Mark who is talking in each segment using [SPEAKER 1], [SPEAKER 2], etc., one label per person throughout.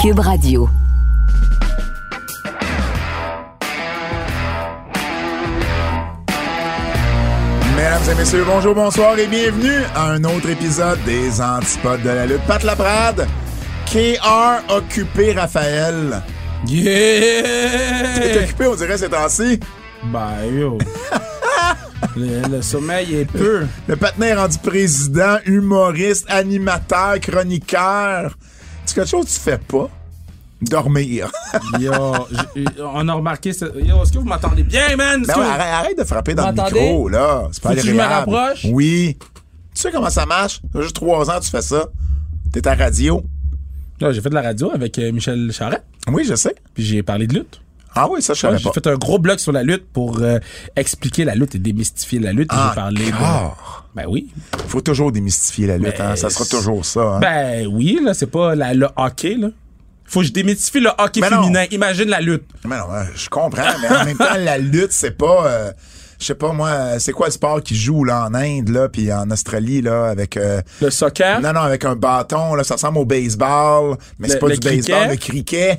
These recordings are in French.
[SPEAKER 1] Cube Radio.
[SPEAKER 2] Mesdames et messieurs, bonjour, bonsoir et bienvenue à un autre épisode des Antipodes de la lutte. Pat Laprade, KR occupé Raphaël. T'es
[SPEAKER 3] Yeah!
[SPEAKER 2] occupé, on dirait ces temps-ci.
[SPEAKER 3] Ben yo! le, le sommeil est peu.
[SPEAKER 2] Le patin est rendu président, humoriste, animateur, chroniqueur. C'est quelque chose que tu fais pas? Dormir.
[SPEAKER 3] Yo, j'ai- euh, on a remarqué. ce- Yo, est-ce que vous m'entendez bien, man? Est-ce
[SPEAKER 2] Ben
[SPEAKER 3] que
[SPEAKER 2] ouais,
[SPEAKER 3] vous-
[SPEAKER 2] arrête, arrête de frapper dans le
[SPEAKER 3] M'entendez?
[SPEAKER 2] micro, là. C'est pas
[SPEAKER 3] Faut que je me
[SPEAKER 2] agréable.
[SPEAKER 3] rapproche?
[SPEAKER 2] Oui. Tu sais comment ça marche? Ça fait juste trois ans que tu fais ça. T'es à radio.
[SPEAKER 3] Là, j'ai fait de la radio avec euh, Michel Charette,
[SPEAKER 2] Oui, je sais.
[SPEAKER 3] puis j'ai parlé de lutte.
[SPEAKER 2] Ah oui, ça, je
[SPEAKER 3] Ouais,
[SPEAKER 2] savais
[SPEAKER 3] j'ai
[SPEAKER 2] pas.
[SPEAKER 3] fait un gros blog sur la lutte pour euh, expliquer la lutte et démystifier la lutte. et
[SPEAKER 2] Ah,
[SPEAKER 3] j'ai parlé de...
[SPEAKER 2] Encore?
[SPEAKER 3] Ben oui.
[SPEAKER 2] Faut toujours démystifier la lutte, hein. Ça sera toujours ça, hein.
[SPEAKER 3] Ben oui, là, c'est pas la- le hockey, là. Faut que je démystifie le hockey
[SPEAKER 2] Mais non.
[SPEAKER 3] féminin. Imagine la lutte.
[SPEAKER 2] Mais non, hein, je comprends, mais en même temps, la lutte, c'est pas... euh, je sais pas, moi, euh, c'est quoi le sport qui joue, là, en Inde, là, puis en Australie, là, avec... euh,
[SPEAKER 3] Le soccer,
[SPEAKER 2] Non, non, avec un bâton, là, ça ressemble au baseball, mais c'est
[SPEAKER 3] Hein? Le-
[SPEAKER 2] pas
[SPEAKER 3] le
[SPEAKER 2] du baseball,
[SPEAKER 3] cricket.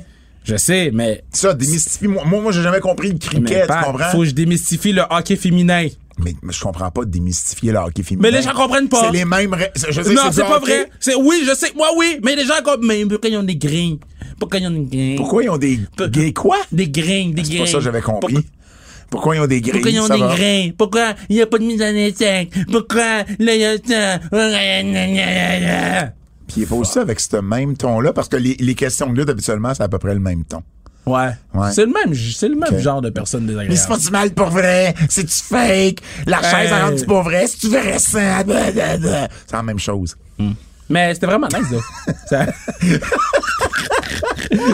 [SPEAKER 2] le cricket.
[SPEAKER 3] je sais, mais...
[SPEAKER 2] Ça, démystifie-moi. Moi, moi j'ai jamais compris le
[SPEAKER 3] mais
[SPEAKER 2] cricket,
[SPEAKER 3] pas-
[SPEAKER 2] tu comprends?
[SPEAKER 3] faut que je démystifie le hockey féminin.
[SPEAKER 2] Mais, mais je comprends pas de démystifier le hockey féminin.
[SPEAKER 3] Mais les gens comprennent pas.
[SPEAKER 2] C'est les mêmes... ra- Je sais,
[SPEAKER 3] non,
[SPEAKER 2] du
[SPEAKER 3] c'est pas
[SPEAKER 2] hockey.
[SPEAKER 3] vrai. C'est oui, je sais, moi oui, mais les gens comme mais pourquoi ils ont des grains Pourquoi ils ont des grains
[SPEAKER 2] Pourquoi ils ont des
[SPEAKER 3] Pe-
[SPEAKER 2] gays quoi?
[SPEAKER 3] Des grains, des grains.
[SPEAKER 2] C'est pas ça que j'avais compris.
[SPEAKER 3] Pourquoi,
[SPEAKER 2] Pourquoi, ils ont des grilles?
[SPEAKER 3] pourquoi ils ont
[SPEAKER 2] ça
[SPEAKER 3] des
[SPEAKER 2] va.
[SPEAKER 3] grains Pourquoi il n'y a pas de mise en échec Pourquoi là il y a ça
[SPEAKER 2] Puis il est pas aussi avec ce même ton-là, parce que les, les questions de lutte, habituellement, c'est à peu près le même ton.
[SPEAKER 3] Ouais.
[SPEAKER 2] Ouais.
[SPEAKER 3] C'est le même, c'est le même
[SPEAKER 2] Ok.
[SPEAKER 3] genre de personne
[SPEAKER 2] Mais c'est pas
[SPEAKER 3] désagréable.
[SPEAKER 2] du mal pour vrai, c'est du fake, la chaise, elle rentre du pour vrai, si tu verrais ça, blablabla. c'est la même chose.
[SPEAKER 3] Mais c'était vraiment nice, là. Ça-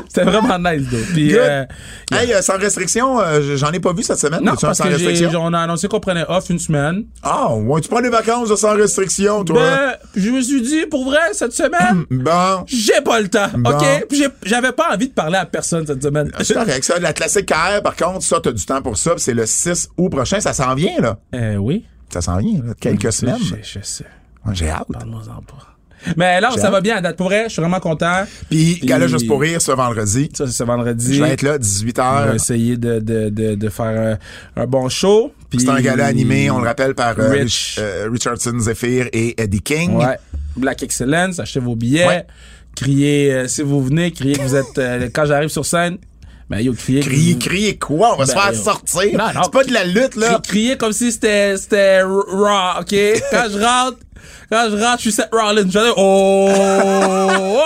[SPEAKER 3] c'était vraiment nice, là. Puis,
[SPEAKER 2] Good.
[SPEAKER 3] euh,
[SPEAKER 2] Hey, euh, sans restriction, euh, j'en ai pas vu cette semaine.
[SPEAKER 3] non,
[SPEAKER 2] As-tu un
[SPEAKER 3] parce
[SPEAKER 2] sans
[SPEAKER 3] que j'ai,
[SPEAKER 2] restriction?
[SPEAKER 3] on a annoncé qu'on prenait off une semaine.
[SPEAKER 2] Ah, ouais, tu prends des vacances de sans restriction, toi?
[SPEAKER 3] Ben, je me suis dit, pour vrai, cette semaine,
[SPEAKER 2] Bon.
[SPEAKER 3] J'ai pas le temps,
[SPEAKER 2] Bon.
[SPEAKER 3] OK? Puis j'ai- J'avais pas envie de parler à personne cette semaine.
[SPEAKER 2] C'est correct, ça. La classique KR, par contre, ça, t'as du temps pour ça, puis c'est le 6 août prochain. Ça s'en vient, là.
[SPEAKER 3] Euh, oui.
[SPEAKER 2] Ça s'en vient, là. Quelques semaines.
[SPEAKER 3] Je, je sais.
[SPEAKER 2] Ouais, J'ai hâte.
[SPEAKER 3] Parle-moi-en pas. Mais là, ça
[SPEAKER 2] hâte.
[SPEAKER 3] va bien à date. Pour vrai, je suis vraiment content.
[SPEAKER 2] Puis, gala juste pour
[SPEAKER 3] rire.
[SPEAKER 2] rire, ce vendredi.
[SPEAKER 3] Ça, c'est ce vendredi.
[SPEAKER 2] Je vais être là, 18
[SPEAKER 3] On va
[SPEAKER 2] h.
[SPEAKER 3] essayer de, de, de, de faire un, un bon show. Puis-
[SPEAKER 2] C'est un gala animé, on le rappelle, par euh,
[SPEAKER 3] Rich.
[SPEAKER 2] Rich- euh, Richardson Zephyr et Eddie King.
[SPEAKER 3] Ouais. Black Excellence, achetez vos billets.
[SPEAKER 2] Ouais.
[SPEAKER 3] Criez, euh, si vous venez, criez que vous êtes... euh, quand j'arrive sur scène, ben yo, criez... que
[SPEAKER 2] Crier,
[SPEAKER 3] vous-
[SPEAKER 2] crier quoi? On va se
[SPEAKER 3] Ben,
[SPEAKER 2] faire
[SPEAKER 3] yo.
[SPEAKER 2] sortir.
[SPEAKER 3] Non, non.
[SPEAKER 2] C'est pas de la lutte, là.
[SPEAKER 3] Cri- crier comme si c'était c'était raw, OK Quand je rentre, quand je rentre, je suis Seth Rollins, je fais oh,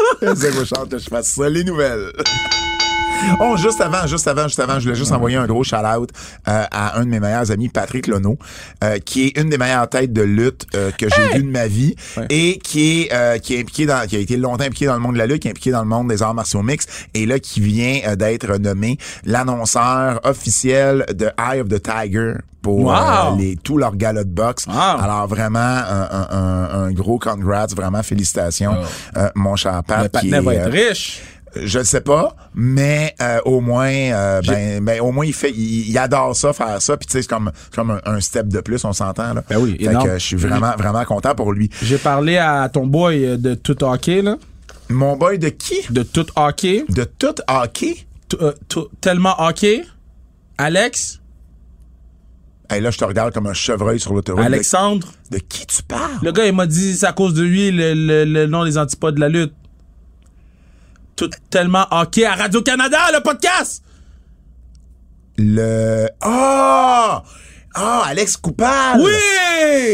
[SPEAKER 3] oh!
[SPEAKER 2] Zéro chance que je fasse ça. Les nouvelles. Oh, juste avant, juste avant, juste avant, je voulais juste envoyer un gros shout-out euh, à un de mes meilleurs amis, Patrick Lono, euh, qui est une des meilleures têtes de lutte euh, que j'ai vues de ma vie et qui est euh, qui est impliqué dans, qui a été longtemps impliqué dans le monde de la lutte, qui est impliqué dans le monde des arts martiaux mix et là qui vient euh, d'être nommé l'annonceur officiel de Eye of the Tiger pour
[SPEAKER 3] Wow!
[SPEAKER 2] euh, les, tout leur gala de boxe.
[SPEAKER 3] Wow!
[SPEAKER 2] Alors vraiment un, un- un- un gros congrats, vraiment félicitations,
[SPEAKER 3] Oh.
[SPEAKER 2] euh, mon cher Pat.
[SPEAKER 3] Le
[SPEAKER 2] qui
[SPEAKER 3] patinet
[SPEAKER 2] est,
[SPEAKER 3] va
[SPEAKER 2] euh,
[SPEAKER 3] être riche.
[SPEAKER 2] je le sais pas, mais euh, au moins, euh, ben, ben, au moins il fait, il, il adore ça, faire ça, puis tu sais c'est comme comme un, un step de plus, on s'entend là.
[SPEAKER 3] Ben oui,
[SPEAKER 2] Fait
[SPEAKER 3] énorme.
[SPEAKER 2] que euh, je suis vraiment vraiment content pour lui.
[SPEAKER 3] J'ai parlé à ton boy euh, de tout hockey là,
[SPEAKER 2] Mon boy de qui
[SPEAKER 3] de tout hockey,
[SPEAKER 2] De tout hockey.
[SPEAKER 3] T- euh, t- tellement hockey. Alex,
[SPEAKER 2] Hey, là, je te regarde comme un chevreuil sur l'autoroute.
[SPEAKER 3] Alexandre,
[SPEAKER 2] De, de qui tu parles
[SPEAKER 3] le gars il m'a dit c'est à cause de lui le, le- le nom des antipodes de la lutte. Tout tellement hockey à Radio Canada le podcast.
[SPEAKER 2] Le ah ah ben. Alex Coupal.
[SPEAKER 3] Oui!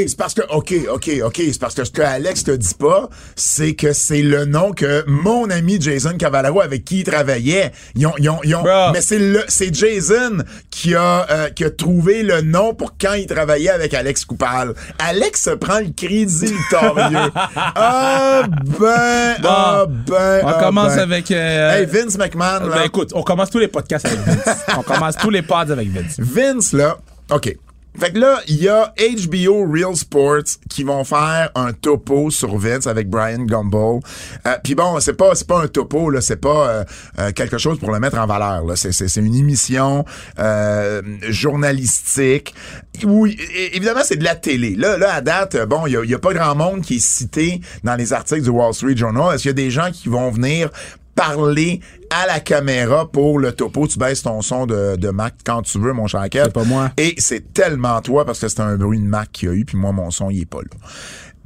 [SPEAKER 2] C'est parce que, OK, OK, OK, c'est parce que ce que Alex te dit pas, c'est que c'est le nom que mon ami Jason Cavallaro, avec qui il travaillait, ils ont, ils ont, ils ont-
[SPEAKER 3] Bruh.
[SPEAKER 2] mais c'est le, c'est Jason qui a, euh, qui a trouvé le nom pour quand il travaillait avec Alex Coupal. Alex se prend le crédit, le torieux. Ah ben,
[SPEAKER 3] Bon.
[SPEAKER 2] ah ben,
[SPEAKER 3] On
[SPEAKER 2] ah
[SPEAKER 3] commence
[SPEAKER 2] ben.
[SPEAKER 3] avec euh,
[SPEAKER 2] Hey, Vince McMahon,
[SPEAKER 3] Ben
[SPEAKER 2] là.
[SPEAKER 3] écoute, on commence tous les podcasts avec Vince. on commence tous les pods avec Vince.
[SPEAKER 2] Vince, là, OK. Fait que là, il y a HBO Real Sports qui vont faire un topo sur Vince avec Brian Gumbel. Euh, Puis bon, c'est pas c'est pas un topo là, c'est pas euh, euh, quelque chose pour le mettre en valeur. là. C'est c'est c'est une émission euh, journalistique. Oui, évidemment c'est de la télé. Là là à date, euh, bon, il y a, il y a pas grand monde qui est cité dans les articles du Wall Street Journal. Est-ce qu'il y a des gens qui vont venir parler à la caméra pour le topo. Tu baisses ton son de, de Mac quand tu veux, mon chanquette.
[SPEAKER 3] C'est pas moi.
[SPEAKER 2] Et c'est tellement toi parce que c'est un bruit de Mac qu'il y a eu, puis moi, mon son, il est pas là.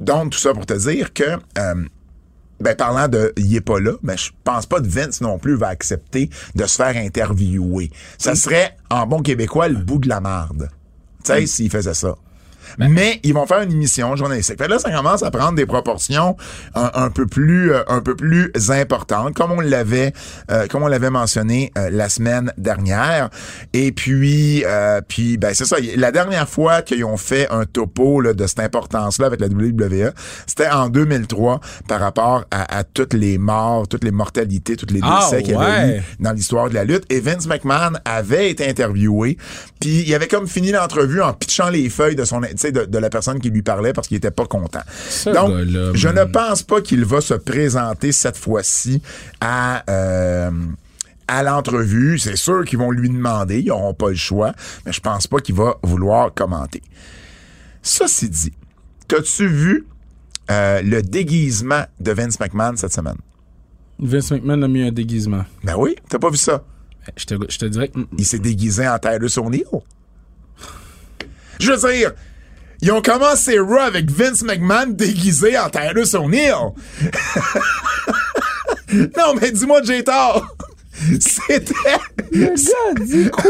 [SPEAKER 2] Donc, tout ça pour te dire que... euh, ben, parlant de il est pas là, mais je pense pas que Vince non plus va accepter de se faire interviewer. Ça serait, en bon québécois, le bout de la marde. Tu sais, s'il faisait ça.
[SPEAKER 3] Ben.
[SPEAKER 2] mais ils vont faire une émission journalistique. Fait que là, ça commence à prendre des proportions un, un peu plus euh, un peu plus importantes, comme on l'avait euh, comme on l'avait mentionné euh, la semaine dernière. Et puis euh, puis ben c'est ça. La dernière fois qu'ils ont fait un topo là, de cette importance-là avec la WWE, c'était en 2003 par rapport à, à toutes les morts, toutes les mortalités, toutes les décès
[SPEAKER 3] Ah,
[SPEAKER 2] qu'il y avait
[SPEAKER 3] ouais.
[SPEAKER 2] eu dans l'histoire de la lutte. Et Vince McMahon avait été interviewé, puis il avait comme fini l'entrevue en pitchant les feuilles de son, tu sais, de, de la personne qui lui parlait parce qu'il était pas content. Donc,
[SPEAKER 3] gars-là,
[SPEAKER 2] je
[SPEAKER 3] man.
[SPEAKER 2] ne pense pas qu'il va se présenter cette fois-ci à. euh, à l'entrevue, c'est sûr qu'ils vont lui demander, ils n'auront pas le choix, mais je pense pas qu'il va vouloir commenter. Ceci dit, t'as-tu vu euh, le déguisement de Vince McMahon cette semaine?
[SPEAKER 3] Vince McMahon a mis un déguisement.
[SPEAKER 2] Ben oui, t'as pas vu ça.
[SPEAKER 3] Je te, je te dirais que.
[SPEAKER 2] il s'est déguisé en Titus O'Neill. Je veux dire, ils ont commencé Raw avec Vince McMahon déguisé en Titus O'Neill. non, mais dis-moi que j'ai tort. C'était,
[SPEAKER 3] gars dit quoi?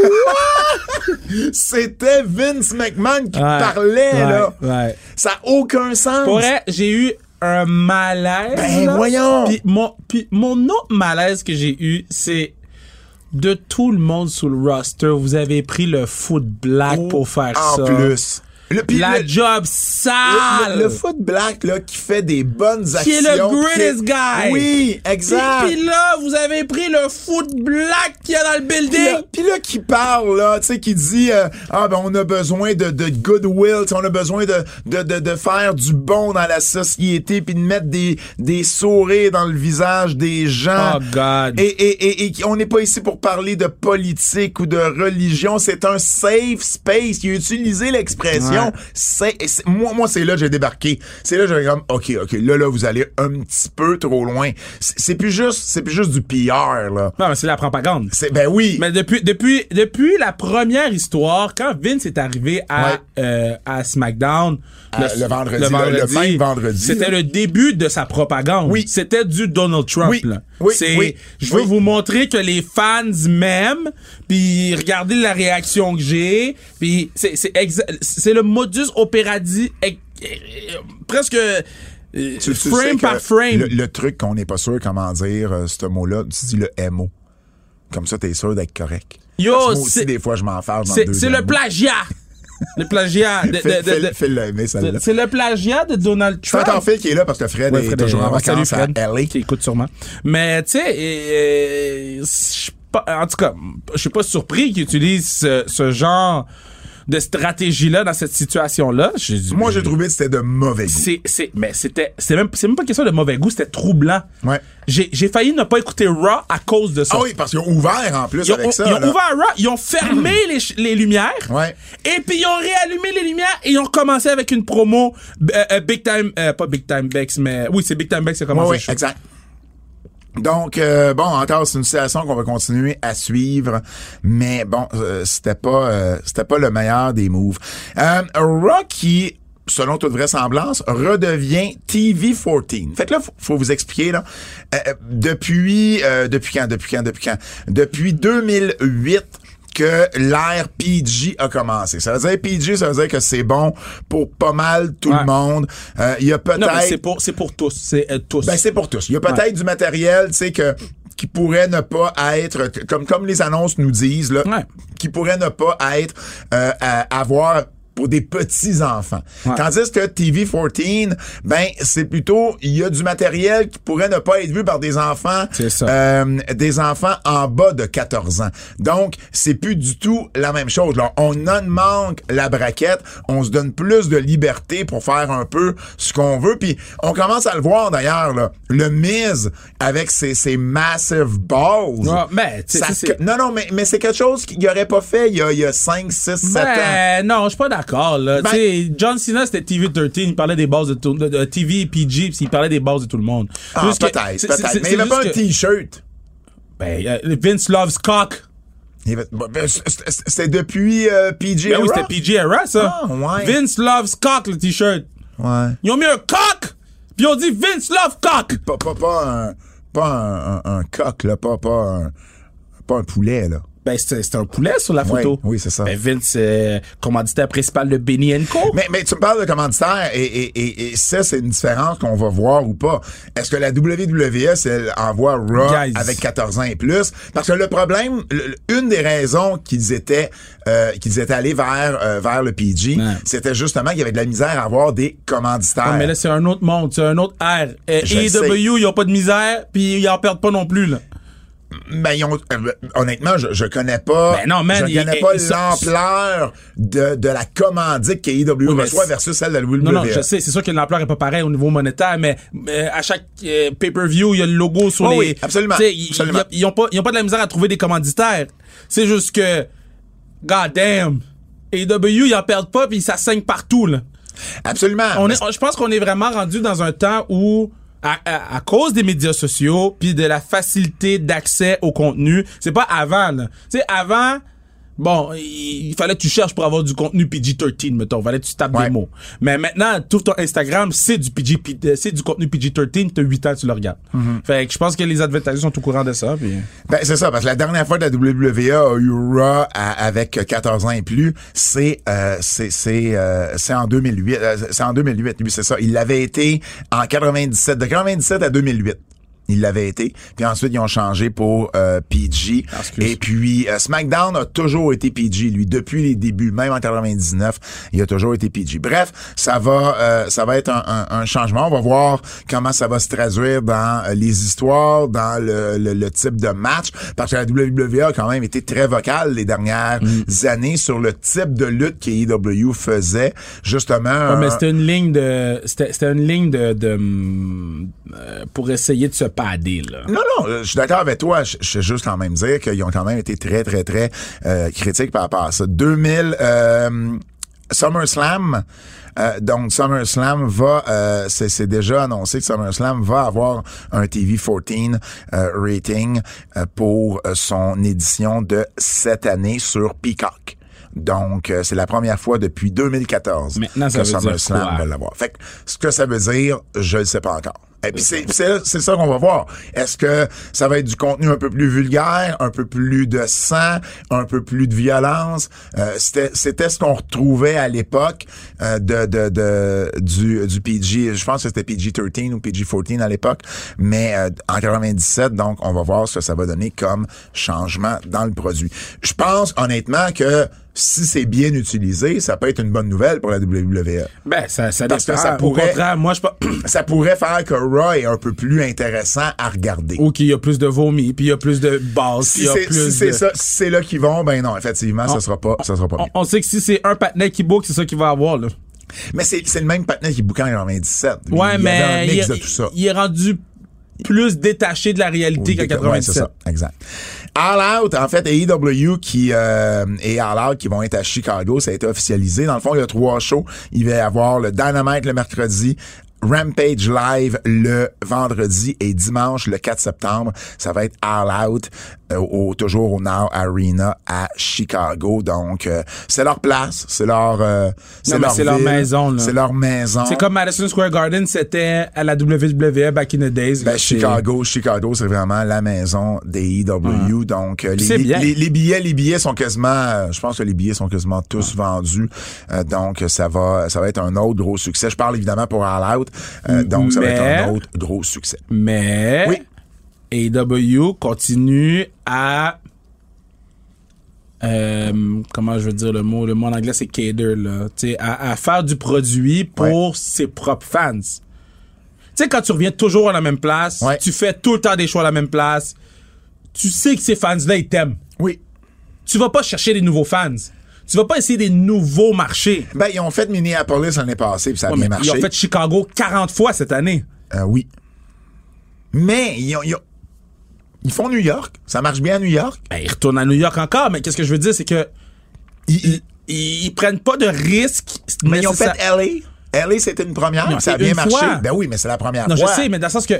[SPEAKER 2] c'était Vince McMahon qui parlait, là.
[SPEAKER 3] Ouais.
[SPEAKER 2] Ça n'a aucun sens.
[SPEAKER 3] Pour vrai, j'ai eu un malaise.
[SPEAKER 2] Ben,
[SPEAKER 3] là.
[SPEAKER 2] voyons.
[SPEAKER 3] Puis mon, puis mon autre malaise que j'ai eu, c'est de tout le monde sur le roster, vous avez pris le foot black pour faire
[SPEAKER 2] Oh, en
[SPEAKER 3] ça.
[SPEAKER 2] plus. Le, puis
[SPEAKER 3] La
[SPEAKER 2] le-
[SPEAKER 3] job
[SPEAKER 2] le,
[SPEAKER 3] sale.
[SPEAKER 2] le foot black, là, qui fait des bonnes actions.
[SPEAKER 3] Qui est le greatest
[SPEAKER 2] qui est-
[SPEAKER 3] guy.
[SPEAKER 2] Oui,
[SPEAKER 3] Puis-
[SPEAKER 2] exact.
[SPEAKER 3] Puis là, vous avez pris le foot black qu'il y a dans le
[SPEAKER 2] Puis là,
[SPEAKER 3] building.
[SPEAKER 2] puis là, qui parle, là, tu sais, qui dit, euh, ah, ben, on a besoin de, de goodwill, tu sais, on a besoin de, de, de, de faire du bon dans la société, puis de mettre des, des sourires dans le visage des gens.
[SPEAKER 3] Oh, God.
[SPEAKER 2] Et, et, et, et qui- on n'est pas ici pour parler de politique ou de religion, c'est un safe space. Il a utilisé l'expression
[SPEAKER 3] Ouais.
[SPEAKER 2] c'est, et c'est- moi, moi c'est là que j'ai débarqué. C'est là que j'ai comme, OK, OK, là, là, vous allez un petit peu trop loin. C'est, c'est plus juste, c'est plus juste du PR, là.
[SPEAKER 3] Non, mais c'est la propagande.
[SPEAKER 2] C'est, ben oui.
[SPEAKER 3] Mais depuis, depuis, depuis la première histoire, quand Vince est arrivé à,
[SPEAKER 2] Ouais.
[SPEAKER 3] euh, à SmackDown,
[SPEAKER 2] À- le vendredi, le- le même vendredi,
[SPEAKER 3] c'était
[SPEAKER 2] là.
[SPEAKER 3] le début de sa propagande.
[SPEAKER 2] Oui.
[SPEAKER 3] C'était du Donald Trump.
[SPEAKER 2] Oui.
[SPEAKER 3] là.
[SPEAKER 2] Oui,
[SPEAKER 3] C'est,
[SPEAKER 2] oui,
[SPEAKER 3] je veux
[SPEAKER 2] oui.
[SPEAKER 3] vous montrer que les fans m'aiment, puis regardez la réaction que j'ai, puis c'est, c'est, exa- c'est le modus operandi ex- euh, presque euh,
[SPEAKER 2] Tu- tu sais
[SPEAKER 3] frame
[SPEAKER 2] que
[SPEAKER 3] par frame.
[SPEAKER 2] Le, le truc qu'on n'est pas sûr comment dire, euh, ce mot-là, tu dis le MO. Comme ça, t'es sûr d'être correct.
[SPEAKER 3] Yo,
[SPEAKER 2] Parce que moi aussi,
[SPEAKER 3] c'est-
[SPEAKER 2] des fois, je m'en fâche dans
[SPEAKER 3] c'est,
[SPEAKER 2] deux
[SPEAKER 3] c'est le plagiat. le plagiat. de- de-
[SPEAKER 2] Fais,
[SPEAKER 3] de- de-
[SPEAKER 2] le aimer, celle-là.
[SPEAKER 3] C'est le plagiat de Donald Trump.
[SPEAKER 2] Fais ton fil qui est là parce que Fred
[SPEAKER 3] Ouais,
[SPEAKER 2] est
[SPEAKER 3] Fred
[SPEAKER 2] toujours
[SPEAKER 3] est-
[SPEAKER 2] en
[SPEAKER 3] ouais, salut,
[SPEAKER 2] vacances
[SPEAKER 3] Fred,
[SPEAKER 2] à LA.
[SPEAKER 3] Qui écoute sûrement. Mais, tu sais, euh, euh, je pas- en tout cas, je suis pas surpris qu'ils utilisent ce, ce genre de stratégie-là dans cette situation-là. J'ai dit,
[SPEAKER 2] Moi, j'ai trouvé que c'était de mauvais goût.
[SPEAKER 3] c'est, c'est, mais c'était, c'est même, c'est même pas question de mauvais goût, c'était troublant.
[SPEAKER 2] Ouais.
[SPEAKER 3] J'ai, j'ai failli ne pas écouter Raw à cause de ça.
[SPEAKER 2] Ah oui, parce qu'ils ont ouvert en plus
[SPEAKER 3] Ils ont,
[SPEAKER 2] avec ça.
[SPEAKER 3] ils ont
[SPEAKER 2] là.
[SPEAKER 3] ouvert Raw, ils ont fermé les, ch- les lumières.
[SPEAKER 2] Ouais.
[SPEAKER 3] Et puis ils ont réallumé les lumières et ils ont commencé avec une promo euh, euh, Big Time, euh, pas Big Time Bex, mais oui, c'est Big Time Bex qui a
[SPEAKER 2] Ouais,
[SPEAKER 3] commencé.
[SPEAKER 2] ouais,
[SPEAKER 3] le show.
[SPEAKER 2] exact. Donc, euh, bon, encore, c'est une situation qu'on va continuer à suivre, mais bon, euh, c'était pas euh, c'était pas le meilleur des moves. Euh, Rocky, selon toute vraisemblance, redevient TV14. Fait que là, faut, faut vous expliquer, là, euh, euh, depuis, euh, depuis quand, depuis quand, depuis quand? Depuis 2008, que l'ère PG a commencé. Ça veut dire PG, ça veut dire que c'est bon pour pas mal tout le
[SPEAKER 3] Ouais.
[SPEAKER 2] monde. Euh, Il y a
[SPEAKER 3] Non, mais
[SPEAKER 2] peut-être
[SPEAKER 3] c'est pour, c'est pour tous. C'est euh, tous.
[SPEAKER 2] ben, c'est pour tous. Il y a peut-être du matériel, tu sais, que qui pourrait ne pas être comme comme les annonces nous disent là,
[SPEAKER 3] Ouais.
[SPEAKER 2] qui pourrait ne pas être euh, à avoir pour des petits enfants.
[SPEAKER 3] Ouais.
[SPEAKER 2] Tandis que TV14, ben c'est plutôt il y a du matériel qui pourrait ne pas être vu par des enfants
[SPEAKER 3] C'est ça.
[SPEAKER 2] euh, des enfants en bas de 14 ans. Donc c'est plus du tout la même chose. Là. On en manque la braquette, on se donne plus de liberté pour faire un peu ce qu'on veut puis on commence à le voir d'ailleurs là, le Miz avec ses, ses massive balls.
[SPEAKER 3] Ouais, Ah, mais, tu sais,
[SPEAKER 2] Ça
[SPEAKER 3] ça,
[SPEAKER 2] se-
[SPEAKER 3] c'est-
[SPEAKER 2] non non mais mais c'est quelque chose qu'il aurait pas fait il y a, il y a 5 6 7 ans.
[SPEAKER 3] Ben, non, je suis pas d'accord, là.
[SPEAKER 2] Ben-
[SPEAKER 3] tu sais, John Cena, c'était TV13, il parlait des bases de tout, de, de TV et PG, puis il parlait des bases de tout le monde.
[SPEAKER 2] Ah,
[SPEAKER 3] Juste que-
[SPEAKER 2] peut-être,
[SPEAKER 3] c'est-
[SPEAKER 2] peut-être.
[SPEAKER 3] c'est-
[SPEAKER 2] Mais
[SPEAKER 3] c'est
[SPEAKER 2] il avait pas
[SPEAKER 3] juste
[SPEAKER 2] un
[SPEAKER 3] que-
[SPEAKER 2] t-shirt.
[SPEAKER 3] Ben, euh, Vince loves cock.
[SPEAKER 2] Il va- bah, bah, c- c- C'était depuis euh, PG.
[SPEAKER 3] Ben oui,
[SPEAKER 2] Era?
[SPEAKER 3] c'était PG Era, ça.
[SPEAKER 2] Ah, ouais.
[SPEAKER 3] Vince loves cock, le t-shirt.
[SPEAKER 2] Ouais.
[SPEAKER 3] Ils ont mis un cock, puis ils ont dit Vince loves cock.
[SPEAKER 2] Pas, pas, pas un, pas un, un- un coq, là. Pas, pas un, pas un poulet, là.
[SPEAKER 3] Ben, c'était c'était un poulet sur la
[SPEAKER 2] Ouais,
[SPEAKER 3] photo.
[SPEAKER 2] oui, c'est ça.
[SPEAKER 3] Ben, Vince, euh, commanditaire principal de Benny Co.
[SPEAKER 2] Mais, mais tu me parles de commanditaire et, et, et, et ça, c'est une différence qu'on va voir ou pas. Est-ce que la WWS, elle envoie Raw
[SPEAKER 3] Guys.
[SPEAKER 2] avec 14 ans et plus? Parce que le problème, le- le- une des raisons qu'ils étaient euh, qu'ils étaient allés vers euh, vers le PG,
[SPEAKER 3] Ouais.
[SPEAKER 2] c'était justement qu'il y avait de la misère à avoir des commanditaires.
[SPEAKER 3] Ah, mais là, c'est un autre monde, c'est un autre Euh, air. Et
[SPEAKER 2] Je
[SPEAKER 3] EW, E ils ont pas de misère, puis ils en perdent pas non plus, là.
[SPEAKER 2] Mais ils ont- euh, honnêtement, je, je connais pas.
[SPEAKER 3] Ben non, man,
[SPEAKER 2] je connais
[SPEAKER 3] il-
[SPEAKER 2] pas
[SPEAKER 3] il- ça-
[SPEAKER 2] l'ampleur de, de la commandite que IW
[SPEAKER 3] mais
[SPEAKER 2] reçoit
[SPEAKER 3] c'est-
[SPEAKER 2] versus celle de la WWE.
[SPEAKER 3] Non, non, je sais, c'est sûr que l'ampleur est pas pareille au niveau monétaire, mais euh, à chaque euh, pay-per-view, il y a le logo sur
[SPEAKER 2] Oh
[SPEAKER 3] les.
[SPEAKER 2] oui, absolument,
[SPEAKER 3] Tu sais, ils-
[SPEAKER 2] absolument.
[SPEAKER 3] ils- Ils ont pas, ils ont pas de la misère à trouver des commanditaires. C'est juste que, god damn, AEW, ils en perdent pas, puis ça saigne partout, là.
[SPEAKER 2] Absolument.
[SPEAKER 3] on est, je pense qu'on est vraiment rendu dans un temps où à, à- à cause des médias sociaux puis de la facilité d'accès au contenu, c'est pas avant. là. Tu sais avant Bon, il il fallait que tu cherches pour avoir du contenu PG-13, mettons. fallait que tu tapes
[SPEAKER 2] Ouais.
[SPEAKER 3] des mots. Mais maintenant, tout ton Instagram, c'est du PG, euh, c'est du contenu PG-13. T'as 8 ans, tu le regardes. Fait que je pense que les advertisers sont au courant de ça. Puis...
[SPEAKER 2] Ben, c'est ça, parce que la dernière fois que la WWE a eu Raw à- avec 14 ans et plus, c'est euh, c'est c'est euh, c'est en 2008, euh, c'est en 2008, oui, c'est ça. Il l'avait été en 97, de 97 à 2008. Il l'avait été. Puis ensuite, ils ont changé pour euh, PG.
[SPEAKER 3] Ah, excuse.
[SPEAKER 2] Et puis, euh, SmackDown a toujours été PG, lui, depuis les débuts, même en 99, il a toujours été PG. Bref, ça va, euh, ça va être un, un- un changement. On va voir comment ça va se traduire dans euh, les histoires, dans le, le- le type de match, parce que la WWE a quand même été très vocale les dernières
[SPEAKER 3] Mm.
[SPEAKER 2] années sur le type de lutte que IW faisait, justement.
[SPEAKER 3] Ouais, mais
[SPEAKER 2] un-
[SPEAKER 3] c'était une ligne de, c'était, c'était une ligne de, de, hum, euh, pour essayer de se padder, là.
[SPEAKER 2] Non, non, euh, je suis d'accord avec toi. Je je veux juste quand même dire qu'ils ont quand même été très, très, très euh, critiques par rapport à ça. 2000, euh, SummerSlam. euh, donc, SummerSlam va, euh, c'est c'est déjà annoncé que SummerSlam va avoir un TV14 euh, rating euh, pour euh, son édition de cette année sur Peacock. Donc, euh, c'est la première fois depuis 2014
[SPEAKER 3] Maintenant, ça
[SPEAKER 2] que
[SPEAKER 3] veut dire
[SPEAKER 2] SummerSlam
[SPEAKER 3] quoi?
[SPEAKER 2] va l'avoir. Fait que ce que ça veut dire, je le sais pas encore. Et puis c'est c'est c'est ça qu'on va voir. Est-ce que ça va être du contenu un peu plus vulgaire, un peu plus de sang, un peu plus de violence Euh, C'était c'était ce qu'on retrouvait à l'époque euh, de, de de du du PG. Je pense que c'était PG 13 ou PG 14 à l'époque, mais euh, en 97. Donc on va voir ce que ça va donner comme changement dans le produit. Je pense honnêtement que si c'est bien utilisé, ça peut être une bonne nouvelle pour la E. WWE
[SPEAKER 3] Ben, ça, ça
[SPEAKER 2] Parce que
[SPEAKER 3] dépend.
[SPEAKER 2] ça pourrait-
[SPEAKER 3] Au contraire, moi, je pense.
[SPEAKER 2] ça pourrait faire que Raw est un peu plus intéressant à regarder.
[SPEAKER 3] Ou qu'il y a plus de vomi, puis il y a plus de bases, puis
[SPEAKER 2] Si
[SPEAKER 3] il y a
[SPEAKER 2] c'est
[SPEAKER 3] plus
[SPEAKER 2] si c'est
[SPEAKER 3] de-
[SPEAKER 2] ça, si c'est là qu'ils vont, ben non, effectivement, ça sera pas, ça sera pas
[SPEAKER 3] On,
[SPEAKER 2] bien.
[SPEAKER 3] on sait que si c'est un patinet qui book, c'est ça qu'il va avoir, là.
[SPEAKER 2] Mais c'est c'est le même patinet qui bouquin en 97.
[SPEAKER 3] Ouais,
[SPEAKER 2] il y avait
[SPEAKER 3] mais
[SPEAKER 2] un mix
[SPEAKER 3] il,
[SPEAKER 2] de tout ça.
[SPEAKER 3] il est rendu plus détaché de la réalité qu'en
[SPEAKER 2] Oui, ouais, c'est
[SPEAKER 3] 97.
[SPEAKER 2] ça, exact. All Out, en fait, et AEW qui euh, et All Out qui vont être à Chicago, ça a été officialisé. Dans le fond, il y a trois shows. Il va y avoir le Dynamite le mercredi. Rampage Live le vendredi et dimanche le 4 septembre. Ça va être All Out, euh, au, toujours au Now Arena à Chicago. Donc, euh, c'est leur place, c'est leur, euh,
[SPEAKER 3] mais c'est leur
[SPEAKER 2] ville,
[SPEAKER 3] maison, là.
[SPEAKER 2] C'est leur maison.
[SPEAKER 3] C'est comme Madison Square Garden, c'était à la WWE back in the days.
[SPEAKER 2] Ben,
[SPEAKER 3] C'est-
[SPEAKER 2] Chicago, Chicago, c'est vraiment la maison des EW. Donc, euh, les,
[SPEAKER 3] Ah. c'est bien.
[SPEAKER 2] les, les billets, les billets sont quasiment, euh, je pense que les billets sont quasiment
[SPEAKER 3] Ah.
[SPEAKER 2] tous vendus. Euh, donc, ça va, ça va être un autre gros succès. Je parle évidemment pour All Out. Euh, donc, ça va être un
[SPEAKER 3] Mm, mais-
[SPEAKER 2] autre gros succès.
[SPEAKER 3] Mais
[SPEAKER 2] Oui.
[SPEAKER 3] AEW continue à euh, comment je veux dire le mot le mot en anglais c'est cater là, tu sais, à, à faire du produit pour ses propres fans. Tu sais quand tu reviens toujours à la même place,
[SPEAKER 2] Ouais.
[SPEAKER 3] tu fais tout le temps des choix à la même place, tu sais que ces fans là ils t'aiment.
[SPEAKER 2] Oui.
[SPEAKER 3] Tu vas pas chercher des nouveaux fans. Tu vas pas essayer des nouveaux marchés.
[SPEAKER 2] Ben, ils ont fait Minneapolis l'année passée, puis ça a
[SPEAKER 3] Ouais,
[SPEAKER 2] bien
[SPEAKER 3] mais
[SPEAKER 2] marché.
[SPEAKER 3] Ils ont fait Chicago 40 fois cette année.
[SPEAKER 2] Euh, oui. Mais, ils ont, ils ont- ils font New York. Ça marche bien à New York.
[SPEAKER 3] Ben, ils retournent à New York encore, mais qu'est-ce que je veux dire, c'est que ils, ils, ils prennent pas de risques.
[SPEAKER 2] Mais ils ont fait
[SPEAKER 3] nécessaire-
[SPEAKER 2] LA. LA, c'était une première.
[SPEAKER 3] Ils ont
[SPEAKER 2] ça a
[SPEAKER 3] fait
[SPEAKER 2] bien
[SPEAKER 3] une
[SPEAKER 2] marché.
[SPEAKER 3] fois.
[SPEAKER 2] Ben oui, mais c'est la première
[SPEAKER 3] Non,
[SPEAKER 2] fois.
[SPEAKER 3] je sais, mais dans le sens que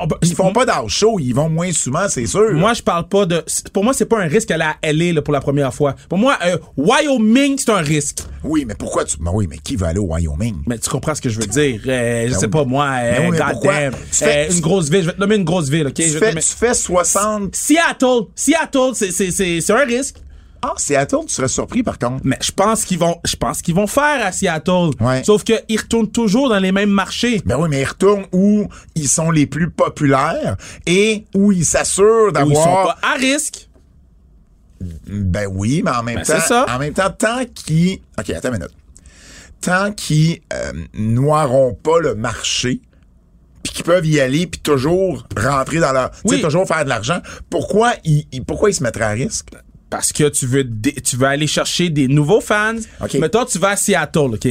[SPEAKER 3] on peut-
[SPEAKER 2] Ils font pas d'art show, ils vont moins souvent, c'est sûr.
[SPEAKER 3] Moi, je parle pas de. Pour moi, c'est pas un risque aller à LA là, pour la première fois. Pour moi, euh, Wyoming, c'est un risque.
[SPEAKER 2] Oui, mais pourquoi tu. Ben oui, mais qui va aller au Wyoming?
[SPEAKER 3] Mais tu comprends ce que je veux dire. Euh, je sais
[SPEAKER 2] Ben oui.
[SPEAKER 3] pas, moi,
[SPEAKER 2] Mais oui,
[SPEAKER 3] euh,
[SPEAKER 2] mais pourquoi?
[SPEAKER 3] goddamn.
[SPEAKER 2] Tu
[SPEAKER 3] euh,
[SPEAKER 2] fais-
[SPEAKER 3] une grosse ville. Je vais te nommer une grosse ville, OK? Je
[SPEAKER 2] Tu
[SPEAKER 3] vais te
[SPEAKER 2] fais,
[SPEAKER 3] nommer-
[SPEAKER 2] tu fais 60.
[SPEAKER 3] Seattle. Seattle, c'est- c'est c'est- c'est un risque.
[SPEAKER 2] Ah, Seattle, tu serais surpris par contre.
[SPEAKER 3] Mais je pense qu'ils vont, je pense qu'ils vont faire à Seattle.
[SPEAKER 2] Ouais.
[SPEAKER 3] Sauf qu'ils retournent toujours dans les mêmes marchés.
[SPEAKER 2] Ben oui, mais ils retournent où ils sont les plus populaires et où ils s'assurent
[SPEAKER 3] Où ils sont pas
[SPEAKER 2] d'avoir.
[SPEAKER 3] à risque.
[SPEAKER 2] Ben oui, mais en même
[SPEAKER 3] Ben,
[SPEAKER 2] temps.
[SPEAKER 3] c'est ça.
[SPEAKER 2] En même temps, tant qu'ils. OK, attends une minute. Tant qu'ils euh, noieront pas le marché, puis qu'ils peuvent y aller, puis toujours rentrer dans leur. Tu
[SPEAKER 3] Oui.
[SPEAKER 2] sais, toujours faire de l'argent, pourquoi ils, ils- pourquoi ils se mettraient à risque?
[SPEAKER 3] Parce que tu veux, dé- tu veux aller chercher des nouveaux fans.
[SPEAKER 2] OK.
[SPEAKER 3] Mais toi, tu vas à Seattle, OK?